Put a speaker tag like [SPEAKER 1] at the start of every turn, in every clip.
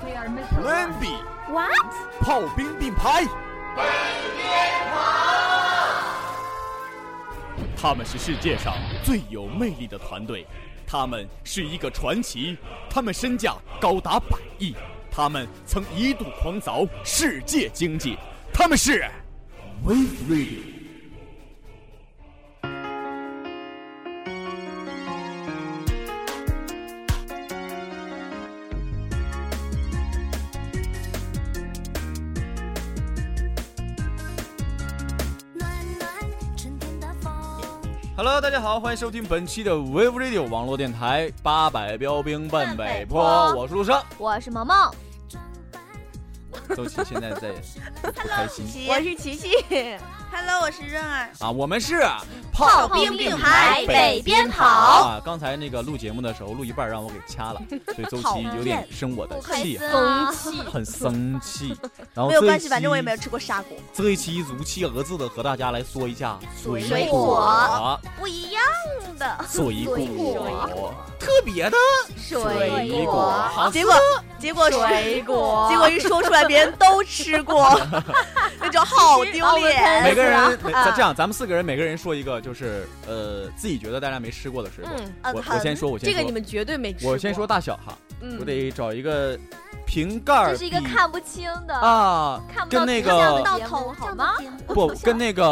[SPEAKER 1] Plan B，
[SPEAKER 2] What？
[SPEAKER 1] 炮兵并排。他们是世界上最有魅力的团队，他们是一个传奇，他们身价高达百亿，他们曾一度狂凿世界经济，他们是 Wave Radio。
[SPEAKER 3] 暖暖春天的风。
[SPEAKER 1] Hello，大家好，欢迎收听本期的 Wave Radio 网络电台《八百标兵奔北坡》，我是陆生。
[SPEAKER 2] 我是萌萌，
[SPEAKER 1] 周琦现在在不开心
[SPEAKER 2] 我是琪琪，
[SPEAKER 4] Hello，我是任儿。
[SPEAKER 1] 啊，我们是
[SPEAKER 2] 炮兵并排北边跑
[SPEAKER 1] 啊！刚才那个录节目的时候，录一半让我给掐 了，所以周琦有点生我的气，
[SPEAKER 2] 风气
[SPEAKER 1] 很生 气。然后
[SPEAKER 4] 没有
[SPEAKER 1] 这一
[SPEAKER 4] 关系，反正我也
[SPEAKER 1] 期
[SPEAKER 4] 没有吃过砂锅。
[SPEAKER 1] 这一期如期而至的和大家来说一下
[SPEAKER 2] 水
[SPEAKER 1] 果
[SPEAKER 2] 果
[SPEAKER 1] 啊
[SPEAKER 4] 不一样的
[SPEAKER 1] 水
[SPEAKER 2] 水
[SPEAKER 1] 果
[SPEAKER 2] 果，
[SPEAKER 1] 特别的水果，好
[SPEAKER 4] 结果，结果
[SPEAKER 2] 水果
[SPEAKER 4] 结果一说出来，别人都吃过， 那就好丢
[SPEAKER 2] 哎
[SPEAKER 1] 每
[SPEAKER 4] 脸。
[SPEAKER 1] 个人
[SPEAKER 2] 是吧
[SPEAKER 1] 每
[SPEAKER 4] 啊
[SPEAKER 1] 咱这样，咱们四个人每个人说一个，就是呃自己觉得大家没吃过的水
[SPEAKER 2] 嗯
[SPEAKER 1] 果。
[SPEAKER 4] 啊
[SPEAKER 2] 呃
[SPEAKER 1] 我
[SPEAKER 4] 好
[SPEAKER 1] 我先说，我先
[SPEAKER 5] 这
[SPEAKER 1] 说，
[SPEAKER 5] 个你们绝对没吃过。
[SPEAKER 1] 我先说，大小哈，
[SPEAKER 5] 嗯，
[SPEAKER 1] 我得找一个瓶盖儿
[SPEAKER 2] 这是一个
[SPEAKER 1] 比
[SPEAKER 2] 看不清的，
[SPEAKER 1] 啊，
[SPEAKER 2] 看不
[SPEAKER 1] 跟
[SPEAKER 2] 到
[SPEAKER 1] 那
[SPEAKER 2] 底下
[SPEAKER 1] 个
[SPEAKER 2] 的到头好吗？
[SPEAKER 1] 不跟那个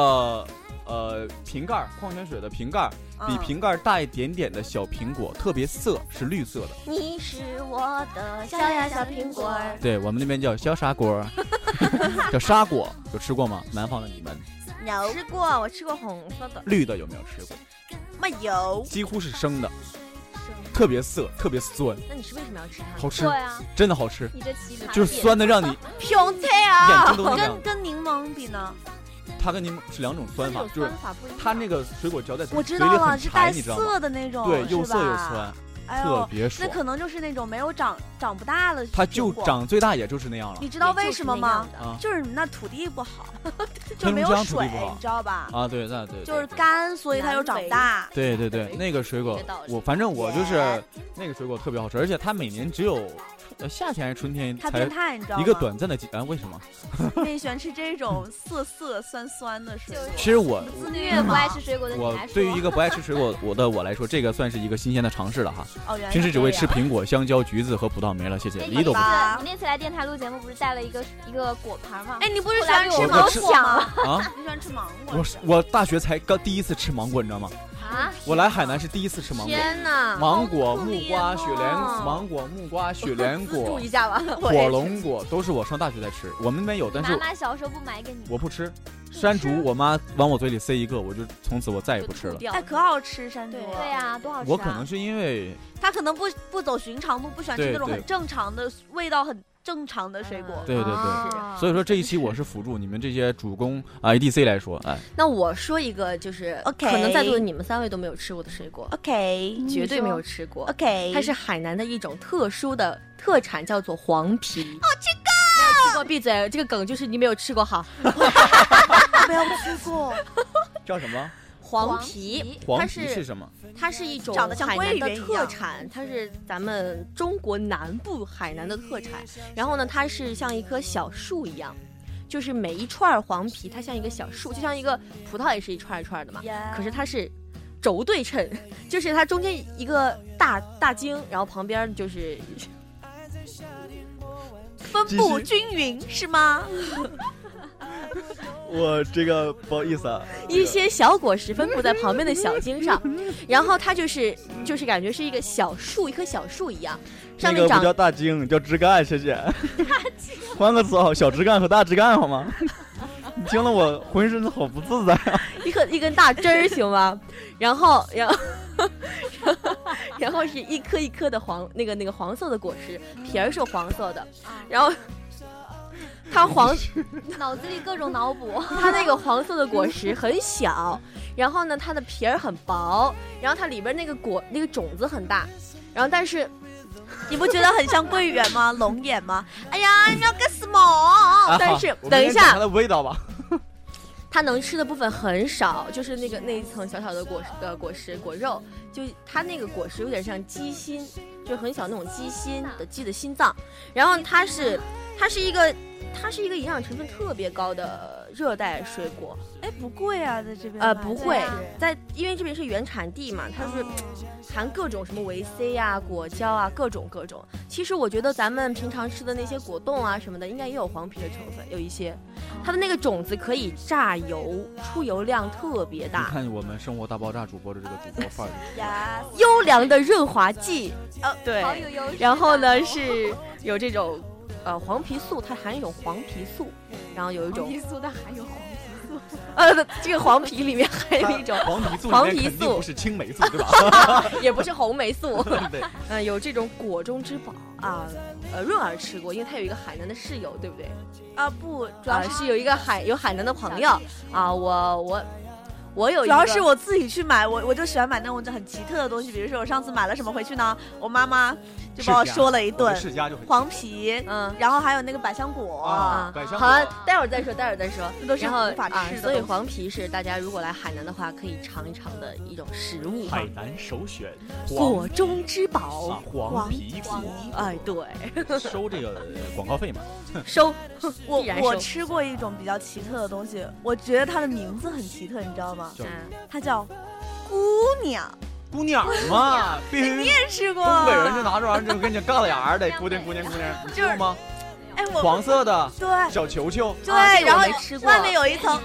[SPEAKER 1] 呃瓶盖儿矿泉水的瓶盖儿
[SPEAKER 2] 啊
[SPEAKER 1] 比瓶盖儿大一点点的小苹果，特别涩，是绿色的。
[SPEAKER 3] 你是我的小呀小苹果儿，
[SPEAKER 1] 对我们那边叫小砂果儿， 叫沙果，有吃过吗？南方的你们
[SPEAKER 4] No
[SPEAKER 5] 吃过，我吃过红色的。
[SPEAKER 1] 绿的有没有吃过？
[SPEAKER 4] 没有，
[SPEAKER 1] 几乎是生的，特别涩，特别酸，
[SPEAKER 5] 那你是为什么要吃它？
[SPEAKER 1] 好吃
[SPEAKER 2] 对，啊，
[SPEAKER 1] 真的好吃，
[SPEAKER 2] 你这奇葩点，
[SPEAKER 1] 就是酸的让你
[SPEAKER 4] 平菜
[SPEAKER 1] 眼
[SPEAKER 4] 啊
[SPEAKER 1] 睛都那样
[SPEAKER 4] 跟跟柠檬比呢？
[SPEAKER 1] 它跟柠檬是两种酸法，就是
[SPEAKER 5] 法不一样
[SPEAKER 1] 它那个水果嚼在嘴
[SPEAKER 4] 我
[SPEAKER 1] 嘴
[SPEAKER 4] 知
[SPEAKER 1] 里
[SPEAKER 4] 道了，
[SPEAKER 1] 很
[SPEAKER 4] 是
[SPEAKER 1] 柴，
[SPEAKER 4] 带
[SPEAKER 1] 你知道吗？
[SPEAKER 4] 涩的那种，
[SPEAKER 1] 对，又涩又
[SPEAKER 4] 是吧
[SPEAKER 1] 酸，。
[SPEAKER 4] 哎
[SPEAKER 1] 特
[SPEAKER 4] 呦，
[SPEAKER 1] 别爽
[SPEAKER 4] 那。可能就是那种没有长长不大的。
[SPEAKER 1] 它就，长最大也就是那样了
[SPEAKER 4] 你知道为什么吗？？
[SPEAKER 1] 啊
[SPEAKER 4] 就是你们那土地不好， 就
[SPEAKER 1] 黑龙
[SPEAKER 4] 没有
[SPEAKER 1] 江土
[SPEAKER 4] 水
[SPEAKER 1] 地不，好
[SPEAKER 4] 你知道吧？
[SPEAKER 1] 啊！对，那对，对
[SPEAKER 4] 就是干，所以它又长不大。
[SPEAKER 1] 对对对，那个水果
[SPEAKER 2] 这道，理
[SPEAKER 1] 我反正我就是那个水果特别好吃，而且它每年只有呃夏天还是春天
[SPEAKER 4] 它
[SPEAKER 1] 才
[SPEAKER 4] 变态，你知道吗？
[SPEAKER 1] 一个短暂的季啊？为什么？
[SPEAKER 4] 你喜欢吃这种涩涩酸酸的水果，
[SPEAKER 1] 其实我
[SPEAKER 2] 自虐不爱吃水果的女
[SPEAKER 1] 我
[SPEAKER 2] 孩说，
[SPEAKER 1] 对于一个不爱吃水果我的我来说，这个算是一个新鲜的尝试了哈。
[SPEAKER 4] 哦，原来是
[SPEAKER 1] 平时只会吃
[SPEAKER 4] 这样
[SPEAKER 1] 苹果、香蕉、橘子和葡萄，没了，谢谢。
[SPEAKER 2] 哎
[SPEAKER 1] 梨都不
[SPEAKER 4] 吧
[SPEAKER 2] 那次你那次来电台录节目，不是带了一个一个果盘吗？
[SPEAKER 4] 哎，你不是
[SPEAKER 2] 后
[SPEAKER 4] 喜欢
[SPEAKER 2] 来被
[SPEAKER 4] 吃
[SPEAKER 2] 我
[SPEAKER 1] 我
[SPEAKER 4] 芒
[SPEAKER 1] 吃
[SPEAKER 4] 果吗？
[SPEAKER 1] 啊！
[SPEAKER 4] 你喜欢吃芒果？
[SPEAKER 1] 我是我大学才刚第一次吃芒果，你知道吗？
[SPEAKER 2] 啊，
[SPEAKER 1] 我来海南是第一次吃芒果，
[SPEAKER 5] 天哪！
[SPEAKER 1] 芒果、木瓜、雪莲、
[SPEAKER 5] 哦
[SPEAKER 1] 芒果、木瓜、雪莲果
[SPEAKER 5] 注意一、下吧，我
[SPEAKER 1] 火龙果都是我上大学才吃。我们那边有，但
[SPEAKER 2] 妈
[SPEAKER 1] 是
[SPEAKER 2] 妈小时候不买给你吗，
[SPEAKER 1] 我不吃。山竹，我妈往我嘴里塞一个，我就从此我再也不吃了。
[SPEAKER 4] 哎，可好吃山竹，
[SPEAKER 2] 对呀，多好吃啊！
[SPEAKER 1] 我可能是因为
[SPEAKER 4] 他可能不不走寻常路，不喜欢吃
[SPEAKER 1] 对
[SPEAKER 4] 那种
[SPEAKER 1] 对
[SPEAKER 4] 很正常的味道很正常的水果。
[SPEAKER 1] 对对对
[SPEAKER 5] 啊
[SPEAKER 1] 所以说这一期我是辅助你们这些主攻啊 EDC 来说，哎，
[SPEAKER 5] 那我说一个，就是
[SPEAKER 4] OK
[SPEAKER 5] 可能在座的你们三位都没有吃过的水果，
[SPEAKER 4] OK
[SPEAKER 5] 绝对没有吃过。
[SPEAKER 4] OK，
[SPEAKER 5] 它是海南的一种特殊的特产，叫做黄皮。哦，这个吃过，闭嘴！这个梗就是你没有吃过好。
[SPEAKER 4] 没有吃过，
[SPEAKER 1] 叫什么？
[SPEAKER 5] 黄
[SPEAKER 2] 皮
[SPEAKER 5] 皮，
[SPEAKER 1] 黄
[SPEAKER 5] 它
[SPEAKER 1] 皮是什么？
[SPEAKER 5] 它是一种
[SPEAKER 4] 长得像
[SPEAKER 5] 海南
[SPEAKER 4] 鲑
[SPEAKER 5] 的
[SPEAKER 4] 鱼一
[SPEAKER 5] 特
[SPEAKER 4] 样
[SPEAKER 5] 产，它是咱们中国南部海南的特产。然后呢，它是像一棵小树一样，就是每一串黄皮，它像一个小树，就像一个葡萄也是一串一串的嘛。可是它是轴对称，就是它中间一个大大茎，然后旁边就是
[SPEAKER 4] 分布均匀是吗？
[SPEAKER 1] 我这个不好意思啊，
[SPEAKER 5] 一些小果实分布在旁边的小茎 上，然后它就是就是感觉是一个小树，一棵小树一样，上面长
[SPEAKER 1] 大茎，叫枝干，谢谢。换个词好，小枝干和大枝干好 吗？你听了我浑身好不自在。
[SPEAKER 5] 一根一根大枝儿，行吗？然后，然后，然后是一颗一颗的黄，那个那个黄色的果实，皮儿是黄色的，然后它黄
[SPEAKER 2] 脑子里各种脑补，
[SPEAKER 5] 它那个黄色的果实很小，然后呢，它的皮儿很薄，然后它里边那个果那个种子很大，然后但是
[SPEAKER 4] 你不觉得很像桂圆吗？龙
[SPEAKER 1] 啊
[SPEAKER 4] 眼吗？哎呀，你要干什么？
[SPEAKER 5] 哦但是等一下
[SPEAKER 1] 它的味道吧。
[SPEAKER 5] 它能吃的部分很少，就是那个那一层小小的果实呃果实果肉，就它那个果实有点像鸡心，就很小那种鸡心的鸡的心脏。然后它是它是一个它是一个营养成分特别高的热带水果，
[SPEAKER 4] 哎，不贵啊，在这边
[SPEAKER 5] 呃
[SPEAKER 4] 买
[SPEAKER 5] 不
[SPEAKER 4] 对
[SPEAKER 5] 贵
[SPEAKER 4] 啊
[SPEAKER 5] 在因为这边是原产地嘛，它是含各种什么维 C 啊、果胶啊，各种各种。其实我觉得咱们平常吃的那些果冻啊什么的，应该也有黄皮的成分，有一些。它的那个种子可以榨油，出油量特别
[SPEAKER 1] 你
[SPEAKER 5] 大，
[SPEAKER 1] 看我们生活大爆炸主播的这个主播范儿，
[SPEAKER 4] 呀，
[SPEAKER 5] 优良的润滑剂。呃，对
[SPEAKER 2] 好有优势。
[SPEAKER 5] 然后呢，是有这种呃黄皮素，它含一种黄皮素，然后有一
[SPEAKER 2] 黄
[SPEAKER 5] 种
[SPEAKER 2] 皮素，它含有黄皮素，
[SPEAKER 5] 呃这个黄皮里面还 有一种
[SPEAKER 1] 黄皮素
[SPEAKER 5] 黄
[SPEAKER 1] 里面
[SPEAKER 5] 皮
[SPEAKER 1] 肯定
[SPEAKER 5] 素
[SPEAKER 1] 不是青霉素对 吧？
[SPEAKER 5] 也不是红霉素，
[SPEAKER 1] 对，
[SPEAKER 5] 嗯，有这种果中之宝啊，呃，润儿吃过，因为她有一个海南的室友，对不对？
[SPEAKER 4] 啊不，主要
[SPEAKER 5] 啊，
[SPEAKER 4] 是
[SPEAKER 5] 是有一个海有海南的朋友啊，我我我有一
[SPEAKER 4] 主
[SPEAKER 5] 个，
[SPEAKER 4] 要是我自己去买，我我就喜欢买那种很奇特的东西，比如说我上次买了什么回去呢？我妈妈就把我说了一
[SPEAKER 1] 我
[SPEAKER 6] 哦
[SPEAKER 1] 们
[SPEAKER 4] 顿
[SPEAKER 1] 世家就很
[SPEAKER 4] 黄皮，
[SPEAKER 5] 嗯
[SPEAKER 4] 然后还有那个百香果，
[SPEAKER 1] 啊
[SPEAKER 5] 啊
[SPEAKER 1] 百，香
[SPEAKER 5] 好啊
[SPEAKER 1] 果，
[SPEAKER 5] 待会儿再说，待会儿再说。
[SPEAKER 4] 这都是
[SPEAKER 5] 然后
[SPEAKER 4] 无法
[SPEAKER 5] 啊
[SPEAKER 4] 吃，的
[SPEAKER 5] 所以
[SPEAKER 4] 东西。
[SPEAKER 5] 黄皮是大家如果来海南的话可以尝一尝的一种食物，
[SPEAKER 6] 海南首选
[SPEAKER 5] 果中之
[SPEAKER 6] 啊
[SPEAKER 5] 宝。
[SPEAKER 6] 黄皮肤，
[SPEAKER 5] 嗯哎，对，
[SPEAKER 1] 收这个呃广告费嘛？
[SPEAKER 5] 收，
[SPEAKER 4] 呃我
[SPEAKER 5] 必然
[SPEAKER 4] 我
[SPEAKER 5] 收
[SPEAKER 4] 吃过一种比较奇特的东西，我觉得它的名字很奇特，你知道吗？
[SPEAKER 1] 叫
[SPEAKER 5] 嗯
[SPEAKER 4] 它叫姑娘，
[SPEAKER 1] 姑娘嘛，必须
[SPEAKER 4] 你也吃过？
[SPEAKER 1] 东北人就拿这玩意儿就跟你杠了牙儿的，姑娘姑娘姑娘，你吃过吗？
[SPEAKER 4] 哎我
[SPEAKER 1] 黄色的
[SPEAKER 4] 对
[SPEAKER 1] 小球球，
[SPEAKER 4] 对，
[SPEAKER 5] 啊这个
[SPEAKER 4] 然
[SPEAKER 5] 我
[SPEAKER 4] 后
[SPEAKER 5] 没吃过
[SPEAKER 4] 外面有一层，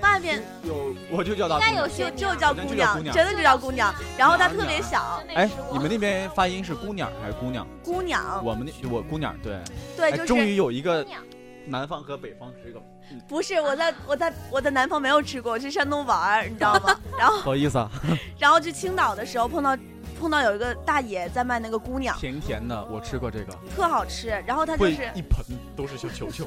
[SPEAKER 4] 外面
[SPEAKER 1] 有我就叫它姑
[SPEAKER 2] 应该有
[SPEAKER 1] 娘。
[SPEAKER 4] 就
[SPEAKER 2] 学名
[SPEAKER 4] 就叫
[SPEAKER 1] 姑
[SPEAKER 4] 姑
[SPEAKER 1] 娘
[SPEAKER 4] 娘，真的就叫姑娘。然后它特别小，
[SPEAKER 1] 哎，你们那边发音是姑娘还是姑娘？
[SPEAKER 4] 姑娘，
[SPEAKER 1] 我们那我姑娘对，
[SPEAKER 4] 哦对，
[SPEAKER 1] 哎，
[SPEAKER 4] 就
[SPEAKER 1] 终
[SPEAKER 4] 是
[SPEAKER 1] 于有一个
[SPEAKER 2] 姑娘
[SPEAKER 1] 南方和北方这个，
[SPEAKER 4] 不是我在我在我在南方没有吃过，我去山东玩儿，你知道吗？ 然后
[SPEAKER 1] 不好意思啊，
[SPEAKER 4] 然后去青岛的时候碰到碰到有一个大爷在卖那个姑娘，
[SPEAKER 1] 甜甜的，我吃过这个，
[SPEAKER 4] 特好吃。然后它就
[SPEAKER 1] 会
[SPEAKER 4] 是，
[SPEAKER 1] 一盆都是小球 球，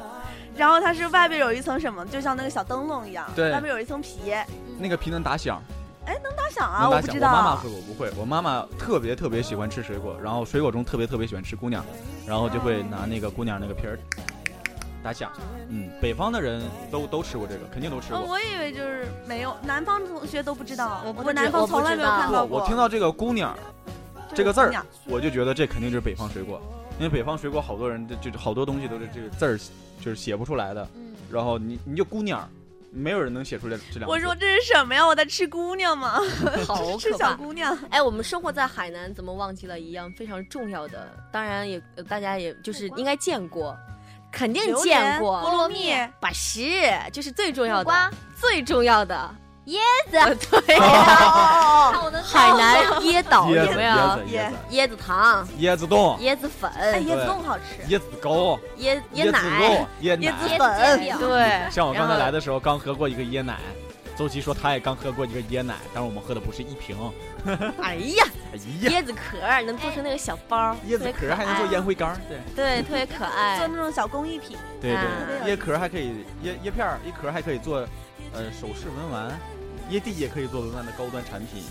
[SPEAKER 4] 然后它是外边有一层什么，就像那个小灯笼一样，
[SPEAKER 1] 对
[SPEAKER 4] 外边有一层皮。
[SPEAKER 1] 那个皮能打响，
[SPEAKER 4] 他想啊，
[SPEAKER 1] 能
[SPEAKER 4] 我
[SPEAKER 1] 打
[SPEAKER 4] 不
[SPEAKER 1] 响。
[SPEAKER 4] 知
[SPEAKER 1] 我妈妈
[SPEAKER 4] 道
[SPEAKER 1] 会，，我不会，我妈妈特别特别喜欢吃水果，然后水果中特别特别喜欢吃姑娘，然后就会
[SPEAKER 4] 啊
[SPEAKER 1] 拿那个姑娘那个皮儿打响。嗯，北方的人都都吃过这个，肯定都吃
[SPEAKER 4] 呃
[SPEAKER 1] 过。
[SPEAKER 4] 我以为就是没有，南方同学都不知道，
[SPEAKER 5] 我
[SPEAKER 4] 我
[SPEAKER 5] 不
[SPEAKER 4] 在
[SPEAKER 5] 知
[SPEAKER 4] 南方
[SPEAKER 5] 我不
[SPEAKER 4] 从来
[SPEAKER 5] 知
[SPEAKER 4] 没有
[SPEAKER 5] 道
[SPEAKER 4] 看
[SPEAKER 1] 不
[SPEAKER 4] 到过。
[SPEAKER 1] 我听到这个姑娘，
[SPEAKER 4] 就是
[SPEAKER 1] 这个字儿
[SPEAKER 4] 姑娘
[SPEAKER 1] 我就觉得这肯定就是北方水果，因为北方水果好多人这这好多东西都是这个字儿就是写不出来的，
[SPEAKER 2] 嗯，
[SPEAKER 1] 然后你你就姑娘，没有人能写出来这两个字。
[SPEAKER 4] 我说这是什么呀？我在吃姑娘吗？
[SPEAKER 5] 好
[SPEAKER 4] 吃
[SPEAKER 5] 可
[SPEAKER 4] 小
[SPEAKER 5] 怕。
[SPEAKER 4] 姑娘。
[SPEAKER 5] 哎，我们生活在海南，怎么忘记了一样非常重要的？当然也，呃大家也就是应该见过，肯定
[SPEAKER 4] 榴
[SPEAKER 5] 见
[SPEAKER 4] 莲
[SPEAKER 5] 过
[SPEAKER 4] 菠。萝蜜，
[SPEAKER 1] 哎
[SPEAKER 5] 把食，这是最重要
[SPEAKER 2] 木
[SPEAKER 5] 的
[SPEAKER 2] 瓜，、
[SPEAKER 5] 最重要的
[SPEAKER 2] 椰
[SPEAKER 5] 子。对，
[SPEAKER 4] 哦
[SPEAKER 2] 看我的
[SPEAKER 5] 海南椰岛
[SPEAKER 1] 椰
[SPEAKER 5] 有
[SPEAKER 1] 子
[SPEAKER 5] 没
[SPEAKER 1] 椰
[SPEAKER 5] 有？
[SPEAKER 1] 子
[SPEAKER 4] 椰
[SPEAKER 1] 椰子
[SPEAKER 5] 椰子糖、
[SPEAKER 1] 椰子冻、
[SPEAKER 5] 椰子粉、
[SPEAKER 4] 哎，椰
[SPEAKER 1] 对
[SPEAKER 4] 子冻好吃。
[SPEAKER 1] 椰子糕、
[SPEAKER 5] 椰
[SPEAKER 1] 椰子
[SPEAKER 5] 奶。
[SPEAKER 1] 肉、哎椰奶。
[SPEAKER 4] 椰子
[SPEAKER 2] 椰
[SPEAKER 4] 粉
[SPEAKER 2] 子煎饼
[SPEAKER 5] 对，
[SPEAKER 1] 像我刚
[SPEAKER 5] 然
[SPEAKER 1] 才
[SPEAKER 5] 后
[SPEAKER 1] 来的时候，刚喝过一个椰奶。周琦说他也刚喝过一个椰奶，但是我们喝的不是一瓶。
[SPEAKER 5] 哎呀，
[SPEAKER 1] 哎呀，
[SPEAKER 5] 椰子壳儿能做成那个小包儿，
[SPEAKER 1] 哎椰子壳还能做
[SPEAKER 5] 特别可爱
[SPEAKER 1] 烟灰缸，对
[SPEAKER 5] 对，特别可
[SPEAKER 4] 做
[SPEAKER 5] 爱。
[SPEAKER 4] 那种小工艺品，
[SPEAKER 1] 对
[SPEAKER 5] 啊
[SPEAKER 1] 对，椰壳还可以椰椰片儿，椰壳还可以做呃首饰文玩，椰蒂也可以做文玩的高端产品。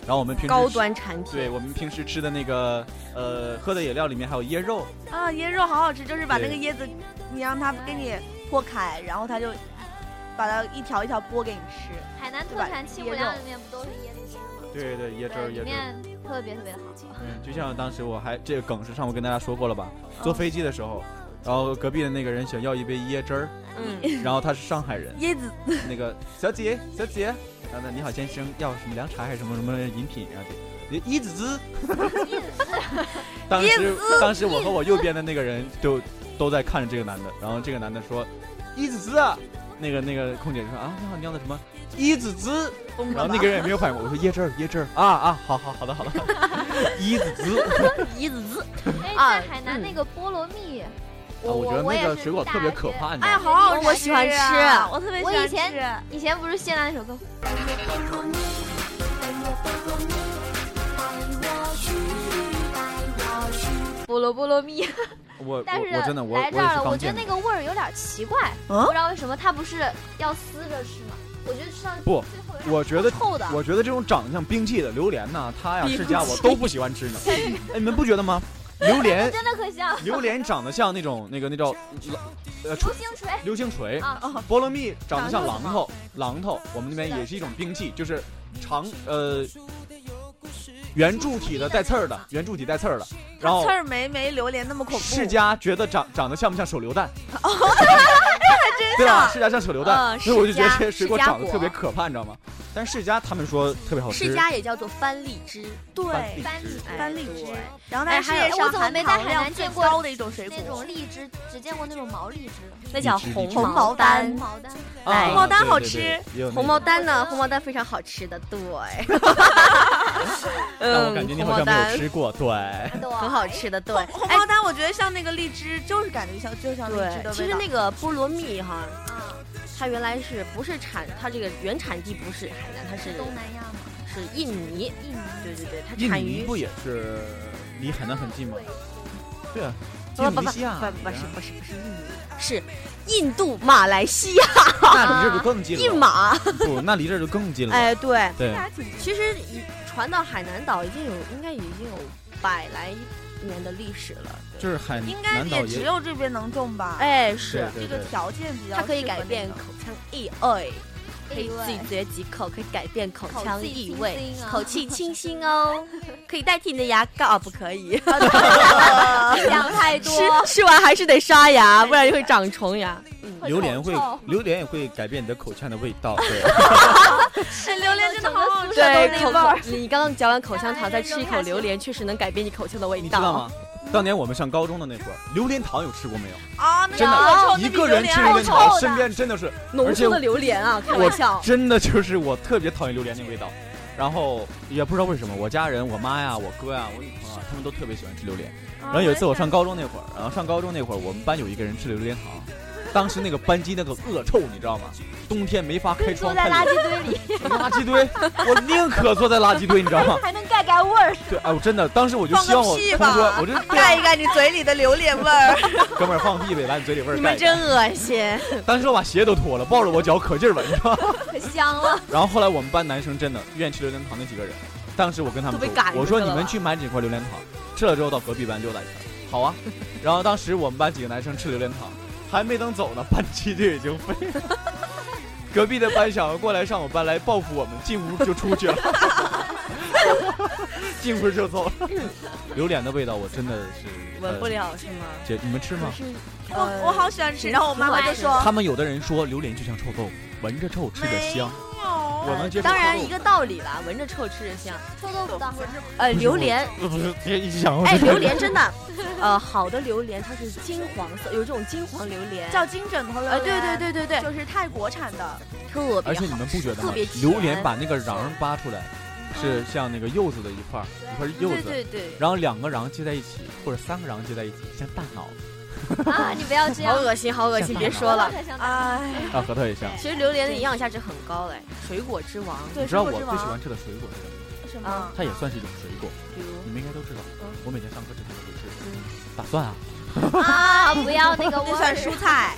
[SPEAKER 1] 然后我们平时
[SPEAKER 5] 高
[SPEAKER 1] 吃
[SPEAKER 5] 端产品，
[SPEAKER 1] 对我们平时吃的那个呃喝的饮料里面还有椰肉，
[SPEAKER 4] 啊，椰肉好好吃，就是把那
[SPEAKER 1] 对
[SPEAKER 4] 个椰子，你让它给你剥开，然后它就把它一条一条剥给你吃。，
[SPEAKER 2] 海南特产七谷粮里面不都是椰子汁吗？
[SPEAKER 1] 对对椰汁儿
[SPEAKER 2] 对，里
[SPEAKER 1] 椰汁儿。
[SPEAKER 2] 面特别特别好喝。
[SPEAKER 1] 嗯，就像当时我还这个梗是上回跟大家说过了吧？坐飞机的时候，然后隔壁的那个人想要一杯椰汁儿，
[SPEAKER 5] 嗯，
[SPEAKER 1] 然后他是上海人
[SPEAKER 4] 椰子
[SPEAKER 1] 那个小姐小姐，然后呢你好先生要什么凉茶还是什么什么饮品啊？对，椰子汁。当时当时我和我右边的那个人就都在看着这个男的，然后这个男的说椰子汁啊，那个那个空姐就说啊你好你要的什么椰子汁。
[SPEAKER 4] 疯
[SPEAKER 1] 然
[SPEAKER 4] 了
[SPEAKER 1] 后
[SPEAKER 4] 吧
[SPEAKER 1] 那？个人也没有反应过，我说椰汁儿，椰汁儿啊啊，好好好的好的，椰子汁，
[SPEAKER 5] 椰子汁，
[SPEAKER 2] 哎，
[SPEAKER 5] 啊
[SPEAKER 2] 在海南那个菠萝蜜，
[SPEAKER 1] 啊
[SPEAKER 2] 我
[SPEAKER 1] 觉得那
[SPEAKER 2] 也
[SPEAKER 1] 个
[SPEAKER 2] 是
[SPEAKER 1] 水果
[SPEAKER 2] 大
[SPEAKER 1] 特别
[SPEAKER 2] 学
[SPEAKER 1] 可怕，你知
[SPEAKER 4] 哎
[SPEAKER 1] 道
[SPEAKER 4] 呀，
[SPEAKER 1] 吗？
[SPEAKER 4] 好好吃啊，
[SPEAKER 5] 我喜欢吃
[SPEAKER 4] 我特别喜
[SPEAKER 2] 我
[SPEAKER 4] 欢
[SPEAKER 2] 以
[SPEAKER 4] 吃。
[SPEAKER 2] 前以前不是谢娜那首歌，菠萝菠萝蜜，
[SPEAKER 1] 我
[SPEAKER 2] 但是
[SPEAKER 1] 我我真的我我也
[SPEAKER 2] 来这儿
[SPEAKER 1] 是
[SPEAKER 2] 了，我
[SPEAKER 1] 刚
[SPEAKER 2] 觉得
[SPEAKER 1] 见
[SPEAKER 2] 那个味儿有点奇怪，
[SPEAKER 4] 嗯
[SPEAKER 2] 不知道为什么，它不是要撕着吃吗？我觉得吃到
[SPEAKER 1] 不
[SPEAKER 2] 最后有点
[SPEAKER 1] 我觉得
[SPEAKER 2] 臭的，
[SPEAKER 1] 我觉得这种长相冰气的榴莲呐，它呀
[SPEAKER 5] 冰
[SPEAKER 1] 世家我
[SPEAKER 5] 气
[SPEAKER 1] 都不喜欢吃呢。哎，你们不觉得吗？榴莲，
[SPEAKER 2] 真的可像
[SPEAKER 1] 榴莲长得像那种那个那叫 呃
[SPEAKER 2] 流星锤
[SPEAKER 1] 流星锤，
[SPEAKER 2] 啊，哦
[SPEAKER 1] 菠萝蜜长得像榔
[SPEAKER 4] 榔
[SPEAKER 1] 头，榔头我们那边也是一种兵器，就是长呃圆柱体的带刺儿的，圆柱体带刺儿的。然后
[SPEAKER 4] 刺儿没没榴莲那么恐怖。
[SPEAKER 1] 世嘉觉得长长得像不像手榴 弹？
[SPEAKER 5] 哦
[SPEAKER 1] 对吧？世嘉像手榴弹，
[SPEAKER 5] 啊嗯
[SPEAKER 1] 所以我就觉得
[SPEAKER 5] 世嘉
[SPEAKER 1] 这些水果
[SPEAKER 5] 世嘉
[SPEAKER 1] 长得
[SPEAKER 5] 果
[SPEAKER 1] 特别可怕，你知道吗？但是世嘉他们说特别好吃，
[SPEAKER 5] 世嘉也叫做番荔枝，
[SPEAKER 1] 番
[SPEAKER 4] 对
[SPEAKER 1] 荔，
[SPEAKER 2] 班里
[SPEAKER 5] 哎
[SPEAKER 4] 番荔
[SPEAKER 5] 对
[SPEAKER 4] 枝，然后它是世
[SPEAKER 5] 哎
[SPEAKER 4] 界
[SPEAKER 5] 还有
[SPEAKER 2] 哎
[SPEAKER 4] 上
[SPEAKER 2] 我怎么
[SPEAKER 4] 含
[SPEAKER 2] 没在
[SPEAKER 4] 糖
[SPEAKER 2] 海
[SPEAKER 4] 量
[SPEAKER 2] 南
[SPEAKER 4] 最
[SPEAKER 2] 见过
[SPEAKER 4] 高的一种水
[SPEAKER 2] 那
[SPEAKER 4] 果
[SPEAKER 2] 种。荔枝，只见过那种毛荔枝，
[SPEAKER 5] 那叫
[SPEAKER 1] 荔枝
[SPEAKER 5] 红
[SPEAKER 4] 红毛丹
[SPEAKER 5] 丹。
[SPEAKER 1] 啊
[SPEAKER 5] 哎
[SPEAKER 4] 红毛丹
[SPEAKER 1] 对对
[SPEAKER 4] 好
[SPEAKER 1] 对
[SPEAKER 4] 吃
[SPEAKER 1] 也有那
[SPEAKER 5] 红
[SPEAKER 1] 种
[SPEAKER 5] 毛丹呢？红毛丹非常好吃的，对。
[SPEAKER 1] 但
[SPEAKER 5] 嗯，
[SPEAKER 1] 我感觉你
[SPEAKER 5] 红
[SPEAKER 1] 好像没
[SPEAKER 5] 毛丹
[SPEAKER 1] 有吃过，对，
[SPEAKER 5] 很好吃的，对。
[SPEAKER 4] 红
[SPEAKER 5] 哎，
[SPEAKER 4] 毛丹，我觉得像那个荔枝，就是感觉像就像荔枝的味道。嗯
[SPEAKER 5] 对，其实那个菠萝蜜哈，
[SPEAKER 2] 啊，
[SPEAKER 5] 它原来是不是产？它这个原产地不是海南，它是
[SPEAKER 2] 东南亚嘛，
[SPEAKER 5] 是印尼。
[SPEAKER 2] 印尼
[SPEAKER 5] 对对对，它
[SPEAKER 1] 印
[SPEAKER 5] 产
[SPEAKER 1] 尼
[SPEAKER 5] 于
[SPEAKER 1] 不也是离海南很近吗？对啊，
[SPEAKER 5] 不
[SPEAKER 1] 印
[SPEAKER 5] 不
[SPEAKER 1] 尼
[SPEAKER 5] 不
[SPEAKER 1] 西亚，
[SPEAKER 5] 不不是不是不是印尼，是印度、马来西亚、
[SPEAKER 1] 那离这儿就更近了。
[SPEAKER 5] 印马。
[SPEAKER 1] 不，那离这儿就更近了。
[SPEAKER 5] 哎，对，
[SPEAKER 1] 对，
[SPEAKER 5] 其实已传到海南岛已经有应该已经有百来年的历史了。对
[SPEAKER 1] 就是海
[SPEAKER 4] 应该
[SPEAKER 1] 南岛
[SPEAKER 4] 也只
[SPEAKER 1] 也，
[SPEAKER 4] 有这边能种吧？，
[SPEAKER 5] 哎，是
[SPEAKER 1] 对
[SPEAKER 4] 这
[SPEAKER 1] 对
[SPEAKER 4] 个条件比较适合那个。
[SPEAKER 5] 它可以改变口腔哎异味，可
[SPEAKER 2] 哎
[SPEAKER 5] 以自
[SPEAKER 2] 呦喂
[SPEAKER 5] 觉即口，可以改变口
[SPEAKER 2] 口
[SPEAKER 5] 腔
[SPEAKER 2] 气
[SPEAKER 5] 异
[SPEAKER 2] 清
[SPEAKER 5] 味，
[SPEAKER 2] 新啊
[SPEAKER 5] 口气清新哦，可以代替你的牙膏啊，不可以，
[SPEAKER 2] 想太多，
[SPEAKER 5] 吃吃完还是得刷牙，不然就会长虫牙。
[SPEAKER 2] 会
[SPEAKER 1] 榴莲
[SPEAKER 2] 口
[SPEAKER 1] 会
[SPEAKER 5] 哦
[SPEAKER 2] 臭，
[SPEAKER 1] 榴莲也会改变你的口腔的味道。对，
[SPEAKER 4] 哎，榴莲真的好好吃，
[SPEAKER 5] 对，
[SPEAKER 4] 口
[SPEAKER 5] 口
[SPEAKER 4] 味。
[SPEAKER 5] 口， 你刚刚嚼完口香糖，再吃一口榴莲，确实能改变你口腔的味
[SPEAKER 1] 你知
[SPEAKER 5] 道。
[SPEAKER 1] 道吗？当年我们上高中的那会儿，榴榴莲糖有吃过没有？
[SPEAKER 4] 啊，那
[SPEAKER 1] 真
[SPEAKER 4] 个
[SPEAKER 1] 的，
[SPEAKER 4] 口臭，
[SPEAKER 1] 一
[SPEAKER 4] 嗯那比
[SPEAKER 1] 个
[SPEAKER 4] 榴
[SPEAKER 1] 人
[SPEAKER 4] 莲
[SPEAKER 1] 吃
[SPEAKER 4] 还
[SPEAKER 1] 一个，
[SPEAKER 4] 好哦吃
[SPEAKER 1] 你靠身边真的是，
[SPEAKER 5] 浓
[SPEAKER 1] 而且
[SPEAKER 5] 缩的榴莲啊，开
[SPEAKER 1] 我
[SPEAKER 5] 玩笑。
[SPEAKER 1] 真的就是我特别讨厌榴莲那个味道。然后也不知道为什么，我家人、我妈呀、我哥呀、我女朋友啊，他们都特别喜欢吃榴莲。
[SPEAKER 4] 啊
[SPEAKER 1] 然后有一次我上高中那会儿，然后上高中那会儿，我们班有一个人吃榴莲糖，当时那个班级那个恶臭，你知道吗？冬天没法开窗
[SPEAKER 2] 坐
[SPEAKER 1] 看
[SPEAKER 2] 在
[SPEAKER 1] 榴
[SPEAKER 2] 垃
[SPEAKER 1] 莲
[SPEAKER 2] 圾堆里
[SPEAKER 1] 垃圾堆，我宁可坐在垃圾堆，你知道吗？
[SPEAKER 2] 还能盖盖味儿，
[SPEAKER 1] 对，哎，我真的，当时我就
[SPEAKER 4] 放
[SPEAKER 1] 希望
[SPEAKER 4] 个
[SPEAKER 1] 我
[SPEAKER 4] 屁
[SPEAKER 1] 同
[SPEAKER 4] 吧
[SPEAKER 1] 桌，我就对啊
[SPEAKER 4] 盖一盖你嘴里的榴莲味儿。
[SPEAKER 1] 哥们儿放屁呗，把你嘴里味 儿
[SPEAKER 5] 你
[SPEAKER 1] 盖一
[SPEAKER 5] 们
[SPEAKER 1] 盖。
[SPEAKER 5] 真恶心，
[SPEAKER 1] 当时我把鞋都脱了，抱着我脚可劲儿闻，你知道吗？
[SPEAKER 2] 可香了，
[SPEAKER 1] 然后后来我们班男生真的愿意吃榴莲糖那几个人，当时我跟他们
[SPEAKER 5] 都被
[SPEAKER 1] 说
[SPEAKER 5] 赶，出
[SPEAKER 1] 我说
[SPEAKER 5] 去
[SPEAKER 1] 你
[SPEAKER 5] 了
[SPEAKER 1] 们
[SPEAKER 5] 吧
[SPEAKER 1] 去买几块榴莲糖，吃了之后到隔壁班溜达一圈。好啊，然后当时我们班几个男生吃榴莲糖，还没等走呢，班级就已经飞了。 隔壁的班想要过来上我班来报复我们，进屋就出去了， 进屋就走了。榴莲的味道我真的是
[SPEAKER 5] 闻不。
[SPEAKER 1] 呃
[SPEAKER 5] 了是吗？
[SPEAKER 1] 姐，你们吃 吗？
[SPEAKER 4] 我我好喜欢吃，然后我妈妈就说
[SPEAKER 1] 他们有的人说榴莲就像臭豆腐，闻着臭吃着香。我能接受
[SPEAKER 5] 当然
[SPEAKER 1] 臭豆腐
[SPEAKER 5] 一个道理啦，闻着臭吃着香。
[SPEAKER 2] 臭豆腐的，
[SPEAKER 5] 呃，榴莲，
[SPEAKER 1] 呃不是，别一想我
[SPEAKER 5] 哎，
[SPEAKER 1] 就
[SPEAKER 5] 榴莲真的，呃，好的榴莲它是金黄色，有这种金黄榴莲，
[SPEAKER 4] 叫金枕头
[SPEAKER 5] 呃，
[SPEAKER 4] 榴莲，
[SPEAKER 5] 对对对对对，
[SPEAKER 4] 就是泰国产的，
[SPEAKER 5] 特别好
[SPEAKER 1] 而且你们不觉得
[SPEAKER 5] 特
[SPEAKER 1] 吗
[SPEAKER 5] 别？甜
[SPEAKER 1] 榴莲把那个瓤儿扒出来，是像那个柚子的一块儿一块儿柚
[SPEAKER 5] 对
[SPEAKER 1] 子，
[SPEAKER 5] 对对，
[SPEAKER 1] 然后两个瓤接在一起，或者三个瓤接在一起，像大脑
[SPEAKER 2] 啊，你不要这
[SPEAKER 5] 好
[SPEAKER 2] 样，
[SPEAKER 5] 恶心，好恶心，
[SPEAKER 1] 像
[SPEAKER 5] 别
[SPEAKER 1] 大
[SPEAKER 5] 说了。
[SPEAKER 2] 太香了，
[SPEAKER 4] 哎，
[SPEAKER 1] 啊，核桃也像。
[SPEAKER 5] 其实榴莲的营养价值很高嘞，水果之王。
[SPEAKER 4] 对，
[SPEAKER 1] 你知道我
[SPEAKER 4] 水
[SPEAKER 1] 最
[SPEAKER 4] 果之
[SPEAKER 1] 喜
[SPEAKER 4] 王
[SPEAKER 1] 欢吃的水果是什么吗？
[SPEAKER 4] 什
[SPEAKER 5] 嗯
[SPEAKER 4] 么？
[SPEAKER 1] 它也算是一种水果，
[SPEAKER 5] 比如
[SPEAKER 1] 你们应该都知道
[SPEAKER 5] 嗯。
[SPEAKER 1] 我每天上课之前都会吃，大蒜啊，
[SPEAKER 2] 啊，不要那个味
[SPEAKER 4] 那算
[SPEAKER 2] 儿，
[SPEAKER 4] 蔬菜，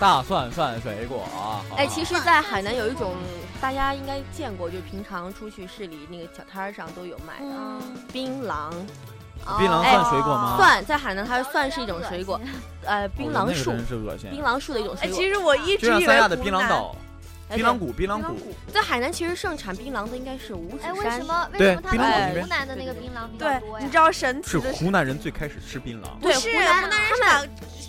[SPEAKER 1] 大蒜算水果啊。好
[SPEAKER 5] 哎，
[SPEAKER 1] 吧
[SPEAKER 5] 其实，在海南有一种大家应该见过，就是平常出去市里那个小摊儿上都有卖的
[SPEAKER 2] 嗯，
[SPEAKER 5] 槟榔，
[SPEAKER 1] 哦
[SPEAKER 5] 哎
[SPEAKER 1] 槟榔算水果吗？哦
[SPEAKER 5] 蒜在海南它算是一种水 果，呃，槟
[SPEAKER 1] 我觉得那
[SPEAKER 5] 榔
[SPEAKER 1] 个
[SPEAKER 5] 树，
[SPEAKER 1] 真是恶心。
[SPEAKER 5] 槟榔树的一种
[SPEAKER 4] 哎，
[SPEAKER 5] 水果
[SPEAKER 4] 其。实我一直
[SPEAKER 1] 就像
[SPEAKER 4] 以
[SPEAKER 1] 三
[SPEAKER 4] 为
[SPEAKER 1] 亚的
[SPEAKER 4] 湖
[SPEAKER 1] 槟榔
[SPEAKER 4] 南
[SPEAKER 1] 岛、
[SPEAKER 5] 哎
[SPEAKER 1] 槟榔谷、槟榔
[SPEAKER 4] 槟榔
[SPEAKER 1] 谷，
[SPEAKER 4] 谷
[SPEAKER 5] 对在海南其实盛产槟榔的应该是五指
[SPEAKER 2] 哎，为
[SPEAKER 5] 山
[SPEAKER 2] 什，么为
[SPEAKER 1] 对
[SPEAKER 2] 什么他
[SPEAKER 1] 槟
[SPEAKER 5] 榔
[SPEAKER 2] 们
[SPEAKER 5] 谷那
[SPEAKER 2] 湖
[SPEAKER 1] 边
[SPEAKER 2] 南的那个槟榔比较
[SPEAKER 4] 对，
[SPEAKER 2] 多
[SPEAKER 4] 你
[SPEAKER 2] 呀
[SPEAKER 4] 知？道神奇
[SPEAKER 1] 是
[SPEAKER 4] 的
[SPEAKER 1] 湖南人最开始吃槟榔。
[SPEAKER 5] 对
[SPEAKER 4] 是
[SPEAKER 5] 湖
[SPEAKER 4] 湖南
[SPEAKER 5] 南
[SPEAKER 4] 人
[SPEAKER 5] 他
[SPEAKER 4] 是
[SPEAKER 5] 们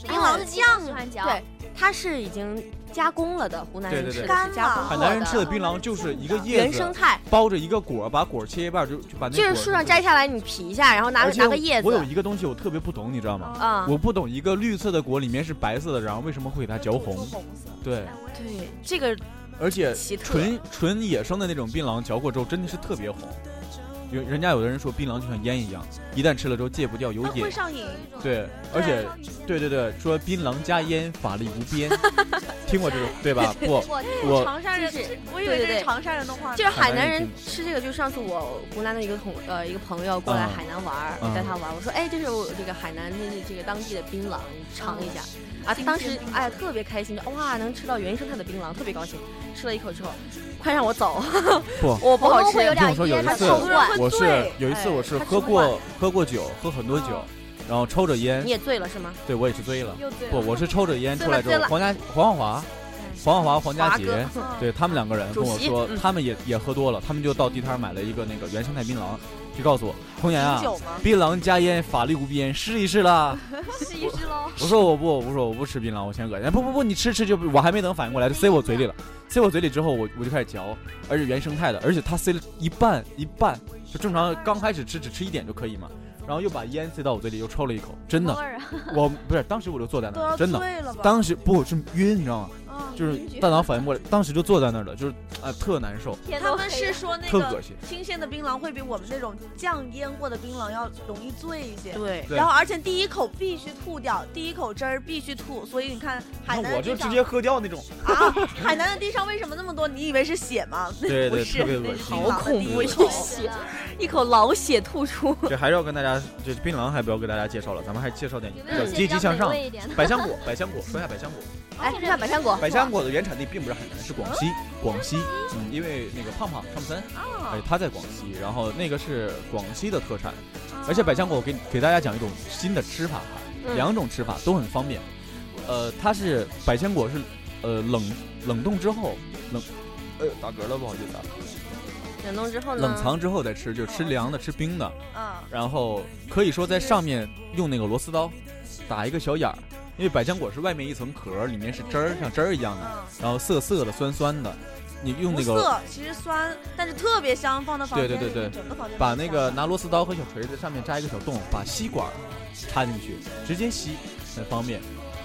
[SPEAKER 4] 把
[SPEAKER 2] 槟榔自己都喜欢嚼，
[SPEAKER 5] 对它是已经加工了的，湖南人
[SPEAKER 1] 对对
[SPEAKER 5] 吃
[SPEAKER 1] 对
[SPEAKER 5] 的是加工
[SPEAKER 1] 海
[SPEAKER 5] 过
[SPEAKER 1] 南人吃的
[SPEAKER 5] 的
[SPEAKER 1] 槟榔就是一个叶
[SPEAKER 5] 原生
[SPEAKER 1] 子
[SPEAKER 5] 态，
[SPEAKER 1] 包着一个果儿，把果儿切一半儿就就把那
[SPEAKER 5] 就是
[SPEAKER 1] 果儿
[SPEAKER 5] 树上摘下来你皮一下，然后拿
[SPEAKER 1] 而且
[SPEAKER 5] 拿个叶
[SPEAKER 1] 我有
[SPEAKER 5] 子，
[SPEAKER 1] 一个东西我特别不懂，你知道吗？
[SPEAKER 5] 啊，
[SPEAKER 1] 我不懂一个绿色的果里面是白色的，然后为什么会给它嚼红？对，
[SPEAKER 5] 对这个
[SPEAKER 1] 而且
[SPEAKER 5] 奇特。
[SPEAKER 1] 纯纯野生的那种槟榔嚼过之后真的是特别红。有人家有的人说槟榔就像烟一样，一旦吃了之后戒不掉，有
[SPEAKER 4] 它会
[SPEAKER 1] 瘾。
[SPEAKER 4] 上瘾，
[SPEAKER 5] 啊
[SPEAKER 1] 对，而且对对对，说槟榔加烟法力无边， 听过这种对 吧？不，
[SPEAKER 2] 我
[SPEAKER 1] 我
[SPEAKER 4] 长沙人
[SPEAKER 5] 就是
[SPEAKER 4] 吃，我以为
[SPEAKER 5] 对
[SPEAKER 4] 这
[SPEAKER 5] 对
[SPEAKER 4] 是
[SPEAKER 5] 对
[SPEAKER 4] 长沙人的话，
[SPEAKER 5] 就是海
[SPEAKER 1] 海南
[SPEAKER 5] 南人
[SPEAKER 1] 人
[SPEAKER 5] 吃这个，就上次我湖南的一个同呃一个朋友过来
[SPEAKER 1] 嗯
[SPEAKER 5] 海南玩儿，
[SPEAKER 1] 嗯
[SPEAKER 5] 我带他玩儿，我说哎，这是我这个海南这是这个当地的槟榔，你尝一下。啊，当时哎呀特别开心，哇，能吃到原生态的槟榔，特别高兴。吃了一口之后，快让我走，
[SPEAKER 1] 不
[SPEAKER 5] 我不好
[SPEAKER 2] 喉咙
[SPEAKER 5] 吃
[SPEAKER 2] 会。有
[SPEAKER 1] 听我
[SPEAKER 2] 点
[SPEAKER 1] 说有一
[SPEAKER 2] 噎，它
[SPEAKER 1] 次
[SPEAKER 2] 受不了。
[SPEAKER 1] 我是
[SPEAKER 5] 醉
[SPEAKER 1] 有一次
[SPEAKER 5] 哎
[SPEAKER 1] 我是
[SPEAKER 5] 他
[SPEAKER 1] 喝
[SPEAKER 5] 吃
[SPEAKER 1] 过喝过酒，喝很多酒，然然后抽着烟
[SPEAKER 5] 嗯你，也醉了是吗？
[SPEAKER 1] 对我也是醉了。
[SPEAKER 2] 又醉
[SPEAKER 1] 不，
[SPEAKER 4] 嗯
[SPEAKER 1] 我是抽着烟
[SPEAKER 5] 醉
[SPEAKER 1] 出
[SPEAKER 5] 了
[SPEAKER 1] 来之
[SPEAKER 5] 醉
[SPEAKER 1] 后，
[SPEAKER 5] 了嗯
[SPEAKER 1] 黄家黄华华、黄华华、黄家
[SPEAKER 5] 华
[SPEAKER 1] 杰
[SPEAKER 5] 哥，
[SPEAKER 1] 对他们两个人跟
[SPEAKER 5] 主
[SPEAKER 1] 我
[SPEAKER 5] 席
[SPEAKER 1] 说，
[SPEAKER 5] 嗯
[SPEAKER 1] 他们也也喝多了，他们就到地摊儿买了一个那个原生态槟榔，就告诉我，红颜啊
[SPEAKER 4] 啤，酒吗？
[SPEAKER 1] 槟榔加烟，法律无边，试一试 啦。
[SPEAKER 2] 试一试喽。
[SPEAKER 1] 我说我不，我说我不吃槟榔，我先恶心。不不不，你吃吃就不我还没等反应过来，就塞我嘴里了。塞我嘴里之后，我我就开始嚼，而且原生态的，而且它塞了一半一半，就正常刚开始吃只吃一点就可以嘛。然后又把烟塞到我嘴里，又抽了一口，真的
[SPEAKER 2] 多，少啊
[SPEAKER 1] 我不是当时我就坐在那
[SPEAKER 4] 都
[SPEAKER 1] 儿了，
[SPEAKER 4] 要
[SPEAKER 1] 真的，
[SPEAKER 4] 醉了吧？
[SPEAKER 1] 当时不是晕，你知道
[SPEAKER 5] 嗯
[SPEAKER 1] 吗？
[SPEAKER 2] 哦
[SPEAKER 4] 啊
[SPEAKER 1] 就是大脑反应过来，当时就坐在那儿了，就是啊、特难受，
[SPEAKER 2] 天
[SPEAKER 4] 他
[SPEAKER 2] 都
[SPEAKER 4] 们
[SPEAKER 2] 黑
[SPEAKER 4] 是
[SPEAKER 2] 了
[SPEAKER 4] 说那
[SPEAKER 1] 特恶
[SPEAKER 4] 个
[SPEAKER 1] 心。
[SPEAKER 4] 新鲜的槟榔会比我们那种酱腌过的槟榔要容易醉一些。
[SPEAKER 5] 对，
[SPEAKER 1] 对
[SPEAKER 4] 然后，而且第一口必须吐掉，第一口汁儿必须吐，所以你看海南
[SPEAKER 1] 那
[SPEAKER 4] 的
[SPEAKER 1] 我就
[SPEAKER 4] 地
[SPEAKER 1] 直
[SPEAKER 4] 上
[SPEAKER 1] 接喝掉那 种，
[SPEAKER 4] 啊，海南的地上为什么那么多？你以为是血吗？
[SPEAKER 1] 对
[SPEAKER 4] 不
[SPEAKER 1] 对，
[SPEAKER 4] 是
[SPEAKER 1] 特别
[SPEAKER 4] 那
[SPEAKER 1] 恶
[SPEAKER 4] 是
[SPEAKER 1] 心
[SPEAKER 4] 槟
[SPEAKER 5] 好。
[SPEAKER 4] 榔的
[SPEAKER 5] 恐
[SPEAKER 4] 第
[SPEAKER 5] 怖
[SPEAKER 4] 一
[SPEAKER 5] 呀
[SPEAKER 4] 口
[SPEAKER 5] 血一口老血吐出，
[SPEAKER 1] 这还是要跟大家，这槟榔还不要给大家介绍了，咱们还介绍点
[SPEAKER 2] 有
[SPEAKER 1] 比
[SPEAKER 2] 没有
[SPEAKER 1] 较
[SPEAKER 2] 一些
[SPEAKER 1] 积极
[SPEAKER 2] 比较
[SPEAKER 1] 向
[SPEAKER 2] 美
[SPEAKER 1] 上
[SPEAKER 2] 味。一点的？
[SPEAKER 1] 百香果，百香果，说一下百香果。
[SPEAKER 5] 哎，看百香果，
[SPEAKER 1] 百香果的原产地并不是海南，是广西。广西，嗯，因为那个胖胖胖森，哎，他在广西，然后那个是广西的特产。而且百香果，我给你给大家讲一种新的吃法哈，
[SPEAKER 5] 嗯
[SPEAKER 1] 两种吃法都很方便。呃，它是百香果是呃冷冷冻之后冷，哎呦打嗝了，不好意思啊。
[SPEAKER 5] 冷冻之后呢？
[SPEAKER 1] 冷藏之后再吃，就吃凉的，吃冰的。
[SPEAKER 4] 啊，
[SPEAKER 1] 然后可以说在上面用那个螺丝刀打一个小眼儿，因为百香果是外面一层壳，里面是汁儿，像汁儿一样的，
[SPEAKER 4] 嗯，
[SPEAKER 1] 然后涩涩的、酸酸的。你用
[SPEAKER 4] 无
[SPEAKER 1] 那个
[SPEAKER 4] 色，其实酸，但是特别香，放到房间
[SPEAKER 1] 对
[SPEAKER 4] 里，
[SPEAKER 1] 对对对
[SPEAKER 4] 整个房间
[SPEAKER 1] 把
[SPEAKER 4] 都
[SPEAKER 1] 那
[SPEAKER 4] 是
[SPEAKER 1] 个
[SPEAKER 4] 香的
[SPEAKER 1] 拿螺丝刀和小锤子上面扎一个小洞，把吸管插进去，直接吸，很方便。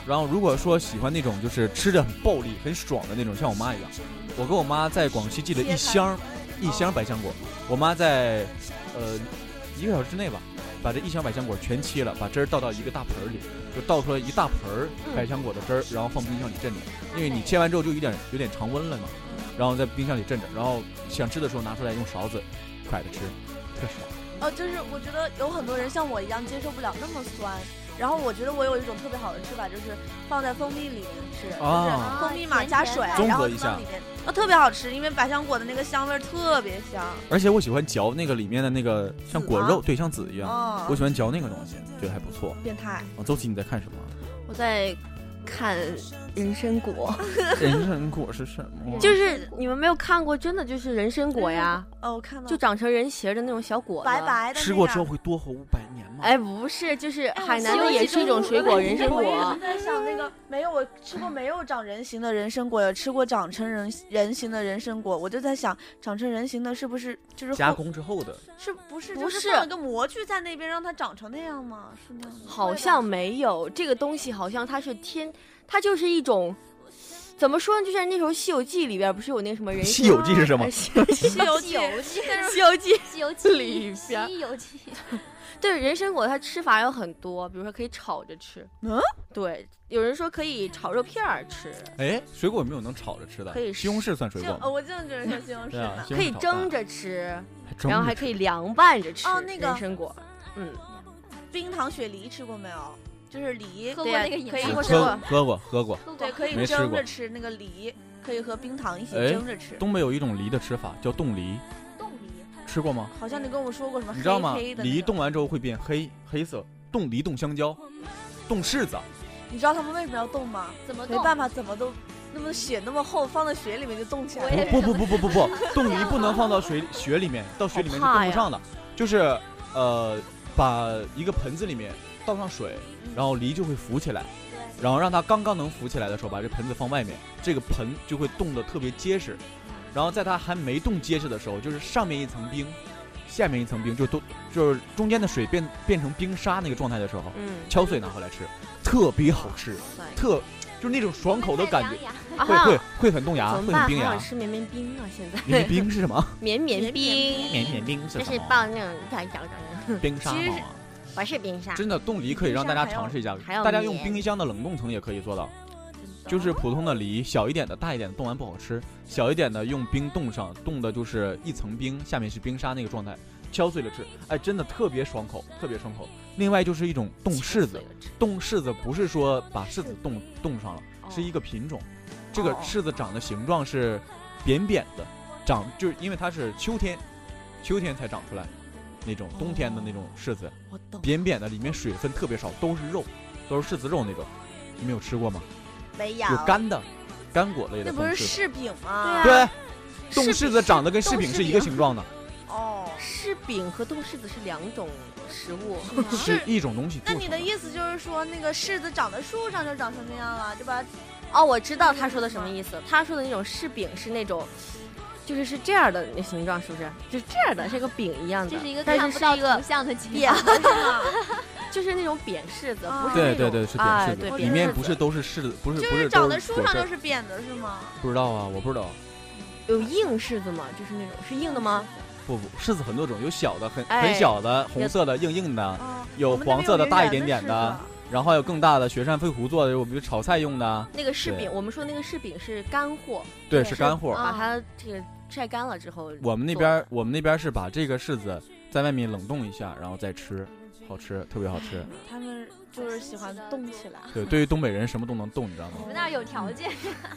[SPEAKER 1] 然后如果说喜欢那种就是吃着很暴力、很爽的那种，像我妈一样，我跟我妈在广西寄了一箱一箱百香果，我妈在呃一个小时之内吧，把这一箱百香果全切了，把汁儿倒到一个大盆儿里，就倒出来一大盆儿百香果的汁儿，然后放冰箱里镇着，因为你切完之后就有点有点常温了嘛，然后在冰箱里镇着，然后想吃的时候拿出来用勺子㧟着吃，特爽。
[SPEAKER 4] 哦，就是我觉得有很多人像我一样接受不了那么酸。然后我觉得我有一种特别好的吃法，就是放在蜂蜜里面吃，
[SPEAKER 1] 啊
[SPEAKER 4] 就是蜂蜜嘛
[SPEAKER 2] 甜
[SPEAKER 4] 加
[SPEAKER 2] 甜
[SPEAKER 4] 水，
[SPEAKER 2] 的
[SPEAKER 1] 综
[SPEAKER 4] 然后
[SPEAKER 1] 合一
[SPEAKER 4] 放
[SPEAKER 1] 下
[SPEAKER 4] 里面，哦，特别好吃，因为百香果的那个香味儿特别香。
[SPEAKER 1] 而且我喜欢嚼那个里面的那个像果
[SPEAKER 4] 籽
[SPEAKER 1] 肉，
[SPEAKER 4] 吗
[SPEAKER 1] 对，像籽一样，
[SPEAKER 4] 哦，
[SPEAKER 1] 我喜欢嚼那个东西，觉得还不错。
[SPEAKER 4] 变态，
[SPEAKER 1] 啊，周琦你在看什么？
[SPEAKER 5] 我在看人参果，
[SPEAKER 1] 人参果是什么
[SPEAKER 5] 就是你们没有看过，真的就是人参果呀，
[SPEAKER 4] 哦，我看到
[SPEAKER 5] 就长成人形儿的那种小果子
[SPEAKER 4] 白。哎白的、那个，
[SPEAKER 1] 吃过之后会多活五百年吗？
[SPEAKER 5] 哎，不是，就是海南
[SPEAKER 2] 我
[SPEAKER 5] 的
[SPEAKER 2] 休息
[SPEAKER 5] 也是一种水果，人参
[SPEAKER 4] 我一
[SPEAKER 5] 果
[SPEAKER 4] 直。在想那个没有，我吃过没有长人形的人参果，有吃过长成人人形的人参果，我就在想长成人形的是不是就是
[SPEAKER 1] 加
[SPEAKER 4] 后
[SPEAKER 1] 工之后的，
[SPEAKER 4] 是不是
[SPEAKER 5] 不
[SPEAKER 4] 就是放了个模具在那边让它长成那样吗？是那样吗？
[SPEAKER 5] 好像没有这个东西，好像它是天，它就是一种，怎么说呢？就像那时候《西游记》里边不是有那什么人参？
[SPEAKER 1] 西游记是什么
[SPEAKER 5] 呃西游记
[SPEAKER 4] 西游记
[SPEAKER 2] 西游记，
[SPEAKER 5] 西游记
[SPEAKER 2] 西游记
[SPEAKER 5] 里边
[SPEAKER 2] 西游记，
[SPEAKER 5] 对人参果，它吃法有很多，比如说可以炒着吃，
[SPEAKER 4] 嗯，
[SPEAKER 5] 对，有人说可以炒肉片儿吃，
[SPEAKER 1] 哎，水果有没有能炒着吃的？
[SPEAKER 5] 可以
[SPEAKER 1] 西红柿算水
[SPEAKER 4] 就
[SPEAKER 1] 果
[SPEAKER 4] 哦，
[SPEAKER 1] 吗？
[SPEAKER 4] 我就觉得是西红柿
[SPEAKER 1] 对啊
[SPEAKER 4] 呢，。
[SPEAKER 5] 可以蒸着吃，然后还可
[SPEAKER 1] 以
[SPEAKER 5] 以凉拌着吃。
[SPEAKER 4] 哦那个
[SPEAKER 5] 人参果，嗯，
[SPEAKER 4] 冰糖雪梨吃过没有？就是梨，
[SPEAKER 2] 喝
[SPEAKER 5] 对
[SPEAKER 2] 过
[SPEAKER 5] 呀
[SPEAKER 2] 那个饮
[SPEAKER 5] 可以
[SPEAKER 2] 料
[SPEAKER 5] 喝
[SPEAKER 2] 吗，
[SPEAKER 1] 喝喝过喝过。
[SPEAKER 2] 喝过
[SPEAKER 4] 对，可以
[SPEAKER 1] 没吃
[SPEAKER 4] 蒸
[SPEAKER 1] 过
[SPEAKER 4] 着吃那个梨，可以和冰糖一起
[SPEAKER 1] 哎
[SPEAKER 4] 蒸着吃。
[SPEAKER 1] 东北有一种梨的吃法叫冻梨，
[SPEAKER 2] 冻梨，
[SPEAKER 1] 吃过吗？
[SPEAKER 4] 好像你跟我说过什么
[SPEAKER 1] 你知道吗？
[SPEAKER 4] 黑黑的那
[SPEAKER 1] 梨
[SPEAKER 4] 种
[SPEAKER 1] 冻完之后会变黑黑色，冻梨冻香蕉，冻柿子，
[SPEAKER 4] 你知道他们为什么要冻吗？
[SPEAKER 2] 怎么
[SPEAKER 4] 没
[SPEAKER 2] 冻？
[SPEAKER 4] 办法，怎么都那么雪那么厚，放到雪里面就冻起来
[SPEAKER 2] 我也
[SPEAKER 4] 了。
[SPEAKER 2] 是
[SPEAKER 1] 不不不不不不不，冻梨不能放到水雪里面，到水里面是冻不上的。就是呃，把一个盆子里面倒上水，然后梨就会浮起来，然后让它刚刚能浮起来的时候，把这盆子放外面，这个盆就会冻得特别结实。然后在它还没冻结实的时候，就是上面一层冰，下面一层冰，就都就是中间的水变变成冰沙那个状态的时候，
[SPEAKER 5] 嗯，
[SPEAKER 1] 敲碎拿回来吃，特别好吃，特就是那种爽口的感觉，
[SPEAKER 2] 觉。
[SPEAKER 5] 啊
[SPEAKER 1] 会会会很冻牙，
[SPEAKER 5] 怎么
[SPEAKER 1] 会
[SPEAKER 5] 办？
[SPEAKER 1] 很
[SPEAKER 5] 好
[SPEAKER 1] 冰牙
[SPEAKER 5] 想。吃绵绵冰啊！现在
[SPEAKER 1] 你冰是什 么？
[SPEAKER 5] 绵绵冰，
[SPEAKER 1] 绵绵冰是
[SPEAKER 5] 就
[SPEAKER 1] 什
[SPEAKER 5] 是
[SPEAKER 1] 么？
[SPEAKER 5] 抱那种小小的，
[SPEAKER 1] 冰沙啊
[SPEAKER 4] 其实
[SPEAKER 1] 吗
[SPEAKER 4] 是？
[SPEAKER 5] 我是冰沙，
[SPEAKER 1] 真的冻梨可以让大家尝试一下
[SPEAKER 5] 还要，
[SPEAKER 1] 大家用
[SPEAKER 5] 绵
[SPEAKER 1] 冰箱的冷冻层也可以做到。就是普通的梨，小一点的、大一点的冻完不好吃，小一点的用冰冻上，冻的就是一层冰，下面是冰沙那个状态，敲碎了吃，哎，真的特别爽口，特别爽口。另外就是一种冻柿子，冻柿子不是说把柿子冻冻上了，是一个品种，这个
[SPEAKER 4] 哦
[SPEAKER 1] 柿子长的形状是扁扁的，长就是因为它是秋天，秋天才长出来，那种冬天的那种柿子，
[SPEAKER 5] 哦我懂。
[SPEAKER 1] 扁扁的，里面水分特别少，都是肉，都是柿子肉那种。你们有吃过吗？
[SPEAKER 4] 没
[SPEAKER 1] 有
[SPEAKER 4] 有，
[SPEAKER 1] 干的，干果类的
[SPEAKER 4] 那
[SPEAKER 1] 冻
[SPEAKER 4] 不是
[SPEAKER 1] 柿子。
[SPEAKER 4] 柿啊饼
[SPEAKER 2] 啊
[SPEAKER 4] 吗？
[SPEAKER 1] 对，冻柿子长得跟
[SPEAKER 5] 冻
[SPEAKER 1] 柿饼
[SPEAKER 5] 柿
[SPEAKER 1] 是一
[SPEAKER 5] 饼
[SPEAKER 1] 个形状的，
[SPEAKER 4] 哦，
[SPEAKER 5] 柿饼和冻柿子是两种食物，
[SPEAKER 1] 是一种东西做
[SPEAKER 4] 那
[SPEAKER 1] 成。
[SPEAKER 4] 你的意思就是说，那个柿子长在树上就长成那样了，就 把它
[SPEAKER 5] 哦，我知道他说的什么意思。他说的那种柿饼是那种，就是是这样的那形状，是不是？就是这样的，是个饼一样的。
[SPEAKER 2] 这是一个
[SPEAKER 5] 但
[SPEAKER 2] 看不
[SPEAKER 5] 是是
[SPEAKER 2] 到
[SPEAKER 5] 一个
[SPEAKER 2] 图像的情
[SPEAKER 5] 扁
[SPEAKER 2] 况，
[SPEAKER 5] 的，就是那种扁柿子，
[SPEAKER 2] 哦
[SPEAKER 4] 啊
[SPEAKER 5] 不是
[SPEAKER 1] 对
[SPEAKER 5] 那
[SPEAKER 1] 对
[SPEAKER 5] 种
[SPEAKER 1] 对，是扁
[SPEAKER 5] 哎
[SPEAKER 1] 柿
[SPEAKER 5] 对
[SPEAKER 1] 子，
[SPEAKER 5] 扁
[SPEAKER 1] 里面
[SPEAKER 5] 柿
[SPEAKER 1] 不
[SPEAKER 5] 子
[SPEAKER 1] 是都是柿子，不是
[SPEAKER 4] 就
[SPEAKER 1] 不
[SPEAKER 4] 是
[SPEAKER 1] 都
[SPEAKER 4] 长
[SPEAKER 1] 是
[SPEAKER 4] 在树上
[SPEAKER 1] 果汁
[SPEAKER 4] 就是扁的，是吗？
[SPEAKER 1] 不知道啊，我不知道。
[SPEAKER 5] 有硬柿子吗？就是那种是硬的吗？
[SPEAKER 1] 不不，柿子很多种，有小的很
[SPEAKER 5] 哎
[SPEAKER 1] 很小的，红
[SPEAKER 5] 有
[SPEAKER 1] 色的硬硬的，
[SPEAKER 4] 哦，
[SPEAKER 1] 有
[SPEAKER 4] 我们那
[SPEAKER 1] 黄
[SPEAKER 4] 边
[SPEAKER 1] 色的
[SPEAKER 4] 有
[SPEAKER 1] 大一
[SPEAKER 4] 圆
[SPEAKER 1] 点点
[SPEAKER 4] 柿
[SPEAKER 1] 的啊
[SPEAKER 4] 子，啊
[SPEAKER 1] 然后还有更大的，雪山飞狐做的，我们就炒菜用的，
[SPEAKER 5] 那个柿
[SPEAKER 1] 对
[SPEAKER 5] 饼，我们说那个柿饼是干货，
[SPEAKER 1] 对，
[SPEAKER 5] 对
[SPEAKER 1] 是干
[SPEAKER 4] 啊
[SPEAKER 1] 货。
[SPEAKER 2] 啊
[SPEAKER 5] 把它这个晒干了之后，
[SPEAKER 1] 我们那边我们那边是把这个柿子在外面冷冻一下，然后再吃，好吃，特别好吃。
[SPEAKER 4] 他们就是喜欢动起来。
[SPEAKER 1] 对，对于东北人什么都能冻，你知道
[SPEAKER 2] 你
[SPEAKER 1] 吗？
[SPEAKER 2] 们那儿有条件，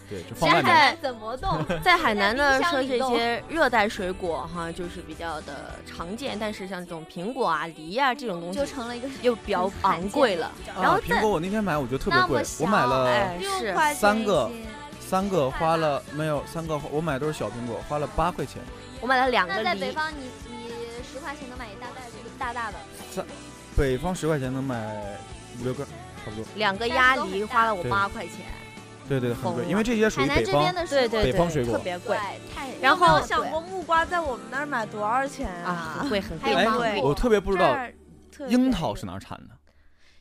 [SPEAKER 1] 对，就放外
[SPEAKER 5] 现
[SPEAKER 1] 面。
[SPEAKER 5] 在
[SPEAKER 2] 怎么动？
[SPEAKER 5] 在海南呢，
[SPEAKER 2] 在
[SPEAKER 5] 说
[SPEAKER 2] 冰箱里
[SPEAKER 5] 这
[SPEAKER 2] 弄
[SPEAKER 5] 些热带水果哈，就是比较的常见，但是像这种苹果啊、梨啊这种东
[SPEAKER 2] 就
[SPEAKER 5] 西
[SPEAKER 2] 成了一个
[SPEAKER 5] 又比较昂贵了。然
[SPEAKER 1] 啊
[SPEAKER 5] 后，
[SPEAKER 1] 苹
[SPEAKER 5] 再
[SPEAKER 1] 果我那天买，我觉得特别
[SPEAKER 2] 那
[SPEAKER 1] 贵
[SPEAKER 2] 么，小
[SPEAKER 1] 我买了
[SPEAKER 5] 哎
[SPEAKER 4] 六
[SPEAKER 5] 是
[SPEAKER 4] 块钱
[SPEAKER 1] 三
[SPEAKER 4] 一
[SPEAKER 1] 个
[SPEAKER 4] 斤
[SPEAKER 1] 三个，花了没有三个，我买的都是小苹果，花了八块钱。
[SPEAKER 5] 我买了两
[SPEAKER 2] 那
[SPEAKER 5] 个
[SPEAKER 2] 在北
[SPEAKER 5] 梨，
[SPEAKER 2] 方你，你十块钱能买一大袋子大大的，
[SPEAKER 1] 北方十块钱能买五六根，差不多。
[SPEAKER 5] 两个鸭
[SPEAKER 2] 但是
[SPEAKER 5] 梨
[SPEAKER 2] 都很大
[SPEAKER 5] 花了我
[SPEAKER 1] 对
[SPEAKER 5] 八块钱，
[SPEAKER 1] 对对，很贵，因
[SPEAKER 5] 疯
[SPEAKER 1] 为
[SPEAKER 5] 了
[SPEAKER 1] 这些属
[SPEAKER 2] 海
[SPEAKER 1] 于北
[SPEAKER 2] 南这
[SPEAKER 1] 方
[SPEAKER 2] 边。的水
[SPEAKER 5] 对
[SPEAKER 2] 果
[SPEAKER 5] 对
[SPEAKER 1] 北方水
[SPEAKER 5] 对，
[SPEAKER 1] 果
[SPEAKER 5] 特别贵
[SPEAKER 2] 太
[SPEAKER 5] 然
[SPEAKER 4] 有没
[SPEAKER 5] 后
[SPEAKER 4] 有想过木瓜在我们那儿买多少钱
[SPEAKER 5] 啊，很贵很
[SPEAKER 2] 还
[SPEAKER 5] 贵
[SPEAKER 2] 有
[SPEAKER 1] 哎
[SPEAKER 5] 很
[SPEAKER 2] 芒
[SPEAKER 5] 贵。
[SPEAKER 2] 果
[SPEAKER 1] 我特别不知道
[SPEAKER 4] 特别
[SPEAKER 1] 樱桃是哪儿产的。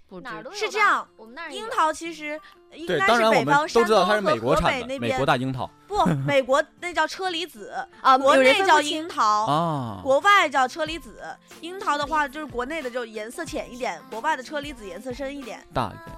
[SPEAKER 5] 不
[SPEAKER 2] 哪儿都有
[SPEAKER 4] 是
[SPEAKER 2] 吧
[SPEAKER 4] 这样，
[SPEAKER 2] 我们那儿也有
[SPEAKER 4] 樱桃其实应
[SPEAKER 1] 对，
[SPEAKER 4] 该
[SPEAKER 1] 当
[SPEAKER 4] 是
[SPEAKER 1] 然我
[SPEAKER 4] 北
[SPEAKER 1] 们
[SPEAKER 4] 方
[SPEAKER 1] 都
[SPEAKER 4] 山
[SPEAKER 1] 知道
[SPEAKER 4] 东
[SPEAKER 1] 它是
[SPEAKER 4] 和
[SPEAKER 1] 美国
[SPEAKER 4] 河
[SPEAKER 1] 产
[SPEAKER 4] 北
[SPEAKER 1] 的，
[SPEAKER 4] 那
[SPEAKER 1] 美
[SPEAKER 4] 边
[SPEAKER 1] 国大樱桃
[SPEAKER 4] 不，美国那叫车厘子，
[SPEAKER 5] 啊，
[SPEAKER 4] 国
[SPEAKER 5] 有人
[SPEAKER 4] 内
[SPEAKER 5] 分
[SPEAKER 4] 叫
[SPEAKER 5] 不清
[SPEAKER 4] 樱桃，
[SPEAKER 1] 啊。
[SPEAKER 4] 哦国外叫车厘子。樱桃的话就是国内的就颜色浅一点，国外的车厘子颜色深一点，
[SPEAKER 1] 大一点，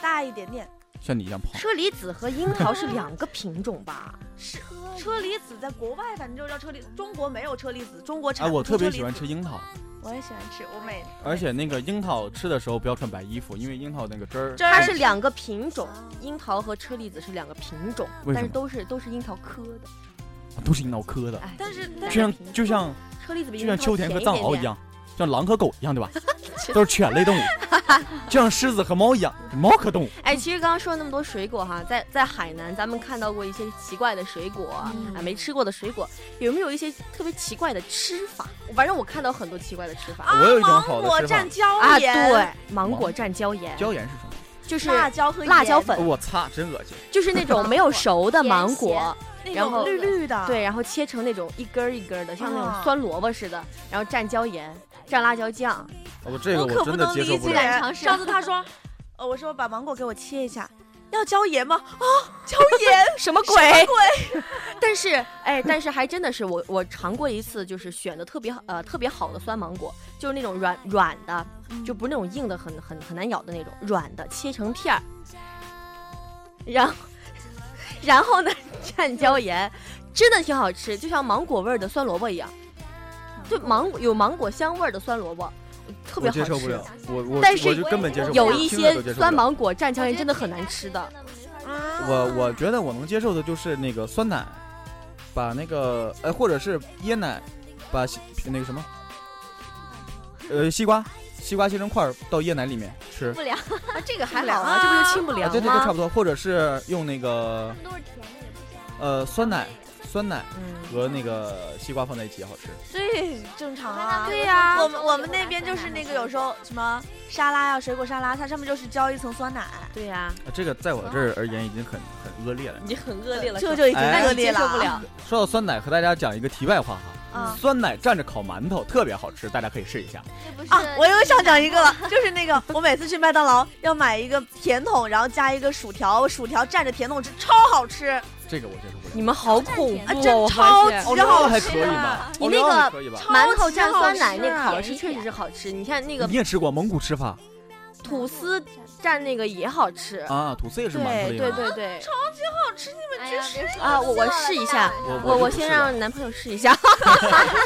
[SPEAKER 4] 大一点点。
[SPEAKER 1] 像你一样胖。
[SPEAKER 5] 车厘子和樱桃是两个品种吧？
[SPEAKER 4] 是车厘子，在国外反正就叫车厘，中国没有车厘子，中国产
[SPEAKER 1] 哎，我
[SPEAKER 4] 不出
[SPEAKER 1] 特别
[SPEAKER 4] 车
[SPEAKER 1] 喜欢
[SPEAKER 4] 厘子
[SPEAKER 1] 吃，樱桃，
[SPEAKER 4] 我也喜欢吃，我每
[SPEAKER 1] 而且那个樱桃吃的时候不要穿白衣服，因为樱桃那个汁儿。
[SPEAKER 4] 这儿
[SPEAKER 5] 它是两个品种，樱桃和车厘子是两个品种，
[SPEAKER 1] 为什么
[SPEAKER 5] 但是都是都是樱桃科的。
[SPEAKER 1] 都是樱桃科的，
[SPEAKER 5] 哎，
[SPEAKER 4] 但是
[SPEAKER 5] 两个
[SPEAKER 4] 但
[SPEAKER 1] 就是像
[SPEAKER 5] 品种
[SPEAKER 1] 就像
[SPEAKER 5] 车厘子比
[SPEAKER 1] 就
[SPEAKER 5] 樱桃
[SPEAKER 1] 像秋田和
[SPEAKER 5] 甜
[SPEAKER 1] 藏
[SPEAKER 5] 点
[SPEAKER 1] 獒
[SPEAKER 5] 点
[SPEAKER 1] 一样，像狼和狗一样， 对吧？都是犬类动物，就像狮子和猫一样，猫科动物。
[SPEAKER 5] 哎，其实刚刚说了那么多水果哈，在在海南咱们看到过一些奇怪的水果、啊，没吃过的水果，有没有一些特别奇怪的吃法？反正我看到很多奇怪的吃法
[SPEAKER 1] 我有一种
[SPEAKER 4] 芒
[SPEAKER 1] 好的
[SPEAKER 4] 果
[SPEAKER 1] 吃法
[SPEAKER 4] 蘸椒
[SPEAKER 5] 啊，
[SPEAKER 4] 盐，
[SPEAKER 5] 对，芒果蘸椒盐，
[SPEAKER 1] 椒盐是什么？
[SPEAKER 5] 就是
[SPEAKER 4] 辣椒和
[SPEAKER 5] 辣椒
[SPEAKER 4] 盐
[SPEAKER 5] 粉，
[SPEAKER 1] 我擦，真恶心！
[SPEAKER 5] 就是那种没有熟的芒果
[SPEAKER 2] 甜，
[SPEAKER 4] 那
[SPEAKER 5] 然后
[SPEAKER 4] 种绿绿的，
[SPEAKER 5] 对，然后切成那种一根儿一根儿的，像那
[SPEAKER 4] 啊
[SPEAKER 5] 种酸萝卜似的，然后蘸椒盐，蘸辣椒酱，
[SPEAKER 1] 我这
[SPEAKER 4] 我可能理解。
[SPEAKER 2] 敢尝试
[SPEAKER 4] 上次他说，呃，我说把芒果给我切一下，要椒盐吗？啊，椒盐
[SPEAKER 5] 什么鬼？
[SPEAKER 4] 什么鬼？
[SPEAKER 5] 但是，哎，但是还真的是我我尝过一次，就是选的特别好呃特别好的酸芒果，就是那种软软的，就不是那种硬的很很很难咬的那种，软的切成片儿，然后 然后呢蘸椒盐，真的挺好吃，就像芒果味儿的酸萝卜一样，
[SPEAKER 2] 啊
[SPEAKER 5] 就芒有芒果香味儿的酸萝卜，特别好吃。
[SPEAKER 1] 我接受不了，我我
[SPEAKER 5] 但是
[SPEAKER 1] 我就根本接受不了。
[SPEAKER 5] 有一
[SPEAKER 1] 听着
[SPEAKER 5] 些
[SPEAKER 1] 都接受不
[SPEAKER 5] 酸
[SPEAKER 1] 了。
[SPEAKER 5] 芒果蘸椒盐真的很难吃的。啊
[SPEAKER 4] 嗯
[SPEAKER 1] 我我觉得我能接受的就是那个酸奶，把那个呃或者是椰奶，把西那个什么，呃西瓜，西瓜切成块儿到椰奶里面吃，
[SPEAKER 2] 不良，
[SPEAKER 5] 啊，这个还
[SPEAKER 4] 好
[SPEAKER 5] 好
[SPEAKER 4] 啊
[SPEAKER 5] 啊，这不就清不
[SPEAKER 1] 啊
[SPEAKER 5] 良
[SPEAKER 1] 对对对差
[SPEAKER 5] 吗？
[SPEAKER 1] 不多，或者是用那个
[SPEAKER 2] 都是甜的，也不香。
[SPEAKER 1] 呃酸奶酸奶
[SPEAKER 5] 嗯，
[SPEAKER 1] 和那个西瓜放在一起也好吃。
[SPEAKER 4] 最正常啊。
[SPEAKER 2] 对
[SPEAKER 4] 呀
[SPEAKER 2] 呀
[SPEAKER 4] 我们我们那边就是那个有时候什么沙拉呀、水果沙拉，它上面就是浇一层酸奶，
[SPEAKER 5] 对呀、
[SPEAKER 1] 啊这个在我这儿而言已经很很恶劣了。
[SPEAKER 5] 你很恶劣了，
[SPEAKER 4] 这就已经
[SPEAKER 1] 哎
[SPEAKER 4] 恶劣了。
[SPEAKER 5] 受不了。
[SPEAKER 1] 说到酸奶，和大家讲一个题外话哈，
[SPEAKER 5] 嗯
[SPEAKER 4] 啊
[SPEAKER 1] 酸奶蘸着烤馒头特别好吃，大家可以试一下。
[SPEAKER 2] 这不是
[SPEAKER 4] 啊！我又想讲一个 了，就是那个我每次去麦当劳要买一个甜筒，然后加一个薯条，薯条蘸着甜筒吃超好吃啊！
[SPEAKER 1] 这个我接受不了。
[SPEAKER 5] 你们好恐
[SPEAKER 2] 啊
[SPEAKER 5] 怖、哦，
[SPEAKER 4] 真
[SPEAKER 5] 我
[SPEAKER 4] 超级
[SPEAKER 5] 发现
[SPEAKER 1] 奥利
[SPEAKER 4] 然后
[SPEAKER 1] 奥还可以吧？
[SPEAKER 5] 你
[SPEAKER 1] 奥利
[SPEAKER 5] 那
[SPEAKER 1] 奥
[SPEAKER 5] 个
[SPEAKER 1] 还可以吧？
[SPEAKER 5] 馒头蘸酸奶
[SPEAKER 4] 超级好吃啊
[SPEAKER 5] 那烤是确实是好吃。你看那个
[SPEAKER 1] 你也吃过蒙古吃法
[SPEAKER 5] 吐司蘸那个也好吃，
[SPEAKER 1] 啊？吐司也是馒头
[SPEAKER 5] 对
[SPEAKER 1] 类
[SPEAKER 5] 对
[SPEAKER 1] 的。
[SPEAKER 5] 对对。
[SPEAKER 4] 好吃，你们
[SPEAKER 2] 哎呀，别说
[SPEAKER 5] 啊我我试一下
[SPEAKER 1] 我
[SPEAKER 5] 我
[SPEAKER 1] 就
[SPEAKER 5] 我
[SPEAKER 1] 不
[SPEAKER 5] 先
[SPEAKER 1] 是了
[SPEAKER 5] 让男朋友试一下。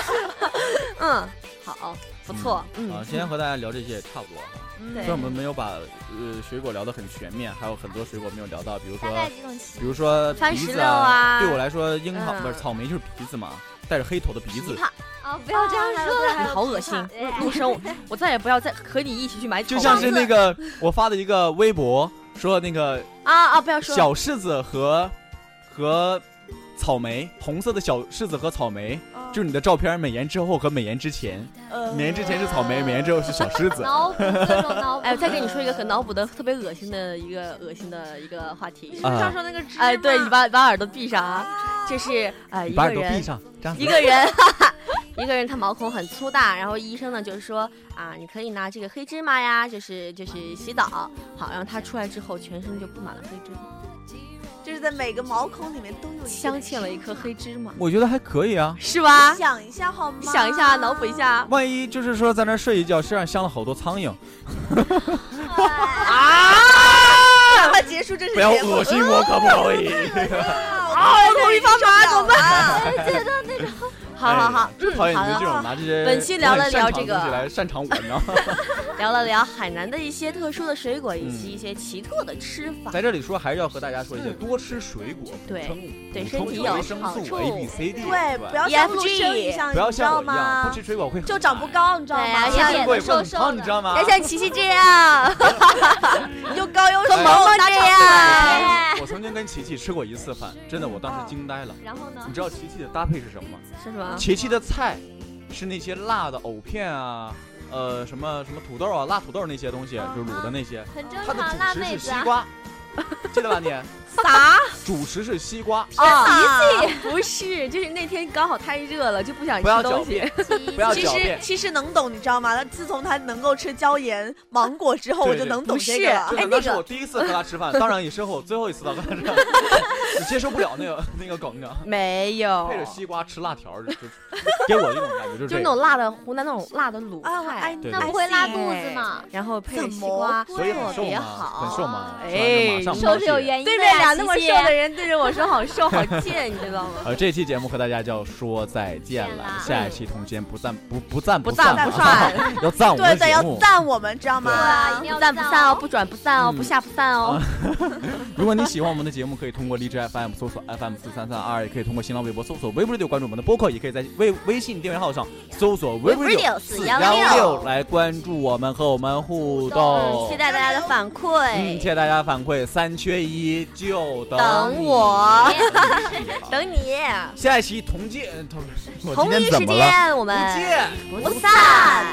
[SPEAKER 5] 嗯，好，不错，嗯。
[SPEAKER 1] 啊，今天和大家聊这些也差不多哈。
[SPEAKER 5] 对
[SPEAKER 1] 虽然我们没有把呃水果聊得很全面，还有很多水果没有聊到，比如
[SPEAKER 2] 大概
[SPEAKER 1] 说
[SPEAKER 2] 几种奇
[SPEAKER 1] 比如说
[SPEAKER 5] 番
[SPEAKER 1] 梨
[SPEAKER 5] 石
[SPEAKER 1] 子
[SPEAKER 5] 榴啊
[SPEAKER 1] 对我来说樱桃
[SPEAKER 5] 嗯
[SPEAKER 1] 不是草莓就是鼻子嘛，带着黑头的鼻子
[SPEAKER 5] 琵，琶，
[SPEAKER 2] 啊，不要这样说了。
[SPEAKER 5] 哦你好恶心，
[SPEAKER 2] 对
[SPEAKER 5] 陆生，我再也不要再和你一起去买草
[SPEAKER 1] 就
[SPEAKER 5] 莓
[SPEAKER 1] 像是那个我发的一个微博，说那个
[SPEAKER 5] 啊啊，不要说了
[SPEAKER 1] 小柿子和和草莓，红色的小柿子和草莓，
[SPEAKER 4] 哦
[SPEAKER 1] 就是你的照片美颜之后和美颜之前，
[SPEAKER 5] 哦
[SPEAKER 4] 呃
[SPEAKER 1] 美颜之前是草莓，美颜之后是小柿子。
[SPEAKER 2] 脑补各种脑补。
[SPEAKER 5] 哎，我再跟你说一个很脑补的、特别恶心的一个恶心的一个话题。
[SPEAKER 1] 啊
[SPEAKER 4] 上说那个芝麻
[SPEAKER 5] 哎， 对你把把耳朵闭上啊！这是呃一
[SPEAKER 1] 把
[SPEAKER 5] 个
[SPEAKER 1] 耳朵闭
[SPEAKER 5] 人，
[SPEAKER 1] 上，这样子
[SPEAKER 5] 一个人，哈哈，一个人他毛孔很粗大，然后医生呢就是说啊，你可以拿这个黑芝麻呀，就是就是洗澡，好，然后他出来之后全身就布满了黑芝麻，
[SPEAKER 4] 就是在每个毛孔里面都有一个
[SPEAKER 5] 镶嵌了一颗黑芝麻，
[SPEAKER 1] 我觉得还可以啊。
[SPEAKER 5] 是吧？
[SPEAKER 4] 想一下好吗？
[SPEAKER 5] 你想一下，脑补一下
[SPEAKER 1] 万一就是说在那儿睡一觉，身上镶了好多苍蝇，
[SPEAKER 2] 哎
[SPEAKER 5] 啊！
[SPEAKER 4] 赶啊快结束这期
[SPEAKER 1] 不要恶心我可不可以？
[SPEAKER 5] 啊，我头皮发麻，怎么办？
[SPEAKER 2] 觉得 那种
[SPEAKER 5] 好好好
[SPEAKER 1] 哎，
[SPEAKER 5] 嗯
[SPEAKER 1] 真讨厌
[SPEAKER 5] 好
[SPEAKER 1] 你们
[SPEAKER 5] 的
[SPEAKER 1] 这种拿这些
[SPEAKER 5] 本期聊了聊这个
[SPEAKER 1] 我很擅长的东西来擅长我，你知道吗？
[SPEAKER 5] 聊了聊海南的一些特殊的水果以及一些奇特的吃法，
[SPEAKER 1] 嗯在这里说还是要和大家说一下，多吃水果，补
[SPEAKER 5] 嗯对
[SPEAKER 1] 充
[SPEAKER 5] 对
[SPEAKER 1] 补
[SPEAKER 5] 身
[SPEAKER 1] 充
[SPEAKER 5] 体
[SPEAKER 1] 维
[SPEAKER 5] 有
[SPEAKER 1] 生
[SPEAKER 5] 好
[SPEAKER 1] 素
[SPEAKER 5] 处
[SPEAKER 1] A B C D，
[SPEAKER 4] 对，不要
[SPEAKER 5] EFG
[SPEAKER 4] 像陆生一样，
[SPEAKER 1] 不要
[SPEAKER 4] 你知
[SPEAKER 1] 像
[SPEAKER 4] 道
[SPEAKER 1] 我一样
[SPEAKER 4] 吗
[SPEAKER 1] 不？吃水果会很
[SPEAKER 4] 就长不高，你知道
[SPEAKER 2] 对
[SPEAKER 5] 哎
[SPEAKER 4] 吗
[SPEAKER 2] 啊？
[SPEAKER 1] 吃水
[SPEAKER 2] 也
[SPEAKER 1] 果也会
[SPEAKER 2] 脸瘦
[SPEAKER 1] 很
[SPEAKER 2] 瘦
[SPEAKER 1] 胖，你知道
[SPEAKER 2] 的。
[SPEAKER 1] 吗？
[SPEAKER 5] 要像琪琪这样，
[SPEAKER 4] 你就高又
[SPEAKER 5] 和
[SPEAKER 4] 瘦，
[SPEAKER 5] 萌萌这样。
[SPEAKER 1] 哎我曾经跟琪琪吃过一次饭，真的，我当时
[SPEAKER 5] 嗯
[SPEAKER 1] 惊呆了。
[SPEAKER 2] 然后呢
[SPEAKER 1] 你？知道琪琪的搭配是什么吗？
[SPEAKER 5] 是什么？啊
[SPEAKER 1] 琪琪的菜是那些辣的藕片啊，呃，什么什么土豆啊，辣土豆那些东西，
[SPEAKER 2] 啊
[SPEAKER 1] 就是卤的那些。
[SPEAKER 2] 很正
[SPEAKER 1] 它的
[SPEAKER 2] 常，辣
[SPEAKER 1] 主食
[SPEAKER 2] 妹
[SPEAKER 1] 是
[SPEAKER 2] 子
[SPEAKER 1] 西
[SPEAKER 2] 啊。
[SPEAKER 1] 瓜， 记得吧你？
[SPEAKER 5] 啥？
[SPEAKER 1] 主食是西瓜，
[SPEAKER 5] 啊， 不是，就是那天刚好太热了，就不想
[SPEAKER 1] 不要
[SPEAKER 5] 吃
[SPEAKER 1] 狡
[SPEAKER 5] 东西
[SPEAKER 1] 辩。，不
[SPEAKER 2] 不
[SPEAKER 1] 要
[SPEAKER 4] 其
[SPEAKER 1] 狡
[SPEAKER 4] 实
[SPEAKER 1] 辩。
[SPEAKER 4] 其实能懂，你知道吗？他自从他能够吃椒盐芒果之后，
[SPEAKER 1] 对
[SPEAKER 4] 我
[SPEAKER 1] 对
[SPEAKER 4] 就能
[SPEAKER 5] 不
[SPEAKER 4] 懂
[SPEAKER 5] 是
[SPEAKER 4] 这个了。
[SPEAKER 1] 真
[SPEAKER 5] 哎
[SPEAKER 1] 的，
[SPEAKER 5] 那
[SPEAKER 1] 那是
[SPEAKER 5] 个
[SPEAKER 1] 我第一次和他吃饭，当然也是我最后一次和他吃饭， 你接受不了那个那个梗啊。
[SPEAKER 5] 没有
[SPEAKER 1] 配，着西瓜吃辣条，就就给我一种感觉就是
[SPEAKER 5] 哦就
[SPEAKER 1] 这
[SPEAKER 5] 是那
[SPEAKER 1] 个。
[SPEAKER 5] 种辣的湖南那种辣的卤
[SPEAKER 4] 啊，我爱
[SPEAKER 5] 菜，
[SPEAKER 1] 对
[SPEAKER 2] 那不
[SPEAKER 5] 哎
[SPEAKER 2] 会拉肚子吗？
[SPEAKER 5] 然后配着
[SPEAKER 4] 怎
[SPEAKER 5] 西
[SPEAKER 4] 么啊
[SPEAKER 5] 瓜，
[SPEAKER 1] 所以很
[SPEAKER 5] 特
[SPEAKER 1] 瘦
[SPEAKER 5] 别
[SPEAKER 1] 嘛，
[SPEAKER 5] 好。
[SPEAKER 1] 很瘦嘛，
[SPEAKER 5] 哎
[SPEAKER 1] 吃完就马上
[SPEAKER 2] 瘦
[SPEAKER 1] 冒
[SPEAKER 2] 是
[SPEAKER 1] 血
[SPEAKER 2] 有原因的
[SPEAKER 5] 对
[SPEAKER 2] 呀。
[SPEAKER 5] 面俩那么
[SPEAKER 2] 琪
[SPEAKER 5] 瘦
[SPEAKER 2] 琪
[SPEAKER 5] 的人对着我说好瘦 好贱，你知道吗？
[SPEAKER 1] 呃，这期节目和大家就要说再见了，
[SPEAKER 2] 见
[SPEAKER 5] 了
[SPEAKER 1] 下一期同时间不赞不不赞
[SPEAKER 5] 不
[SPEAKER 1] 散
[SPEAKER 5] 赞
[SPEAKER 4] 赞
[SPEAKER 5] 不
[SPEAKER 4] 不
[SPEAKER 5] 散，
[SPEAKER 1] 要赞我
[SPEAKER 4] 对
[SPEAKER 1] 们的
[SPEAKER 4] 对，
[SPEAKER 1] 节
[SPEAKER 4] 要
[SPEAKER 1] 目。
[SPEAKER 4] 赞我们，知道
[SPEAKER 2] 对
[SPEAKER 4] 吗？
[SPEAKER 2] 啊一定
[SPEAKER 5] 不
[SPEAKER 2] 要
[SPEAKER 5] 赞不散哦，
[SPEAKER 2] 赞
[SPEAKER 5] 不转不散哦，
[SPEAKER 1] 嗯
[SPEAKER 5] 不下不散哦。
[SPEAKER 1] 如果你喜欢我们的节目，可以通过荔枝 FM 搜索 FM 四三三二，也可以通过新浪微博搜索 w e b Radio 关注我们的播客，也可以在微微信订阅号上搜索 w e b Radio 四幺六来关注我们和我们互动
[SPEAKER 5] 嗯期。待大家的反
[SPEAKER 1] 哦嗯，
[SPEAKER 5] 馈
[SPEAKER 1] 谢，谢大家反馈，三缺一就等
[SPEAKER 5] 等
[SPEAKER 1] 你
[SPEAKER 5] 我，
[SPEAKER 1] 嗯
[SPEAKER 5] 等你。
[SPEAKER 1] 下一期同届，呃同 我今
[SPEAKER 5] 同
[SPEAKER 1] 天
[SPEAKER 5] 一
[SPEAKER 1] 怎
[SPEAKER 5] 时
[SPEAKER 1] 么了？
[SPEAKER 5] 间我们
[SPEAKER 1] 不见。
[SPEAKER 5] 不散，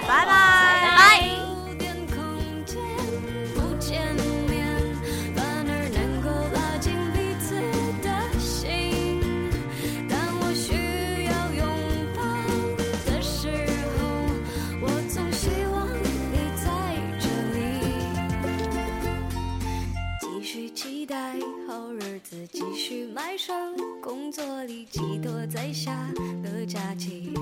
[SPEAKER 4] 拜拜。
[SPEAKER 5] 拜拜。
[SPEAKER 3] 有点空间不见面，反而能够拉近彼此的心。当我需要拥抱的时候，我总希望你在这里。继续期待好日子，继续埋首工作里，寄托在下个假期。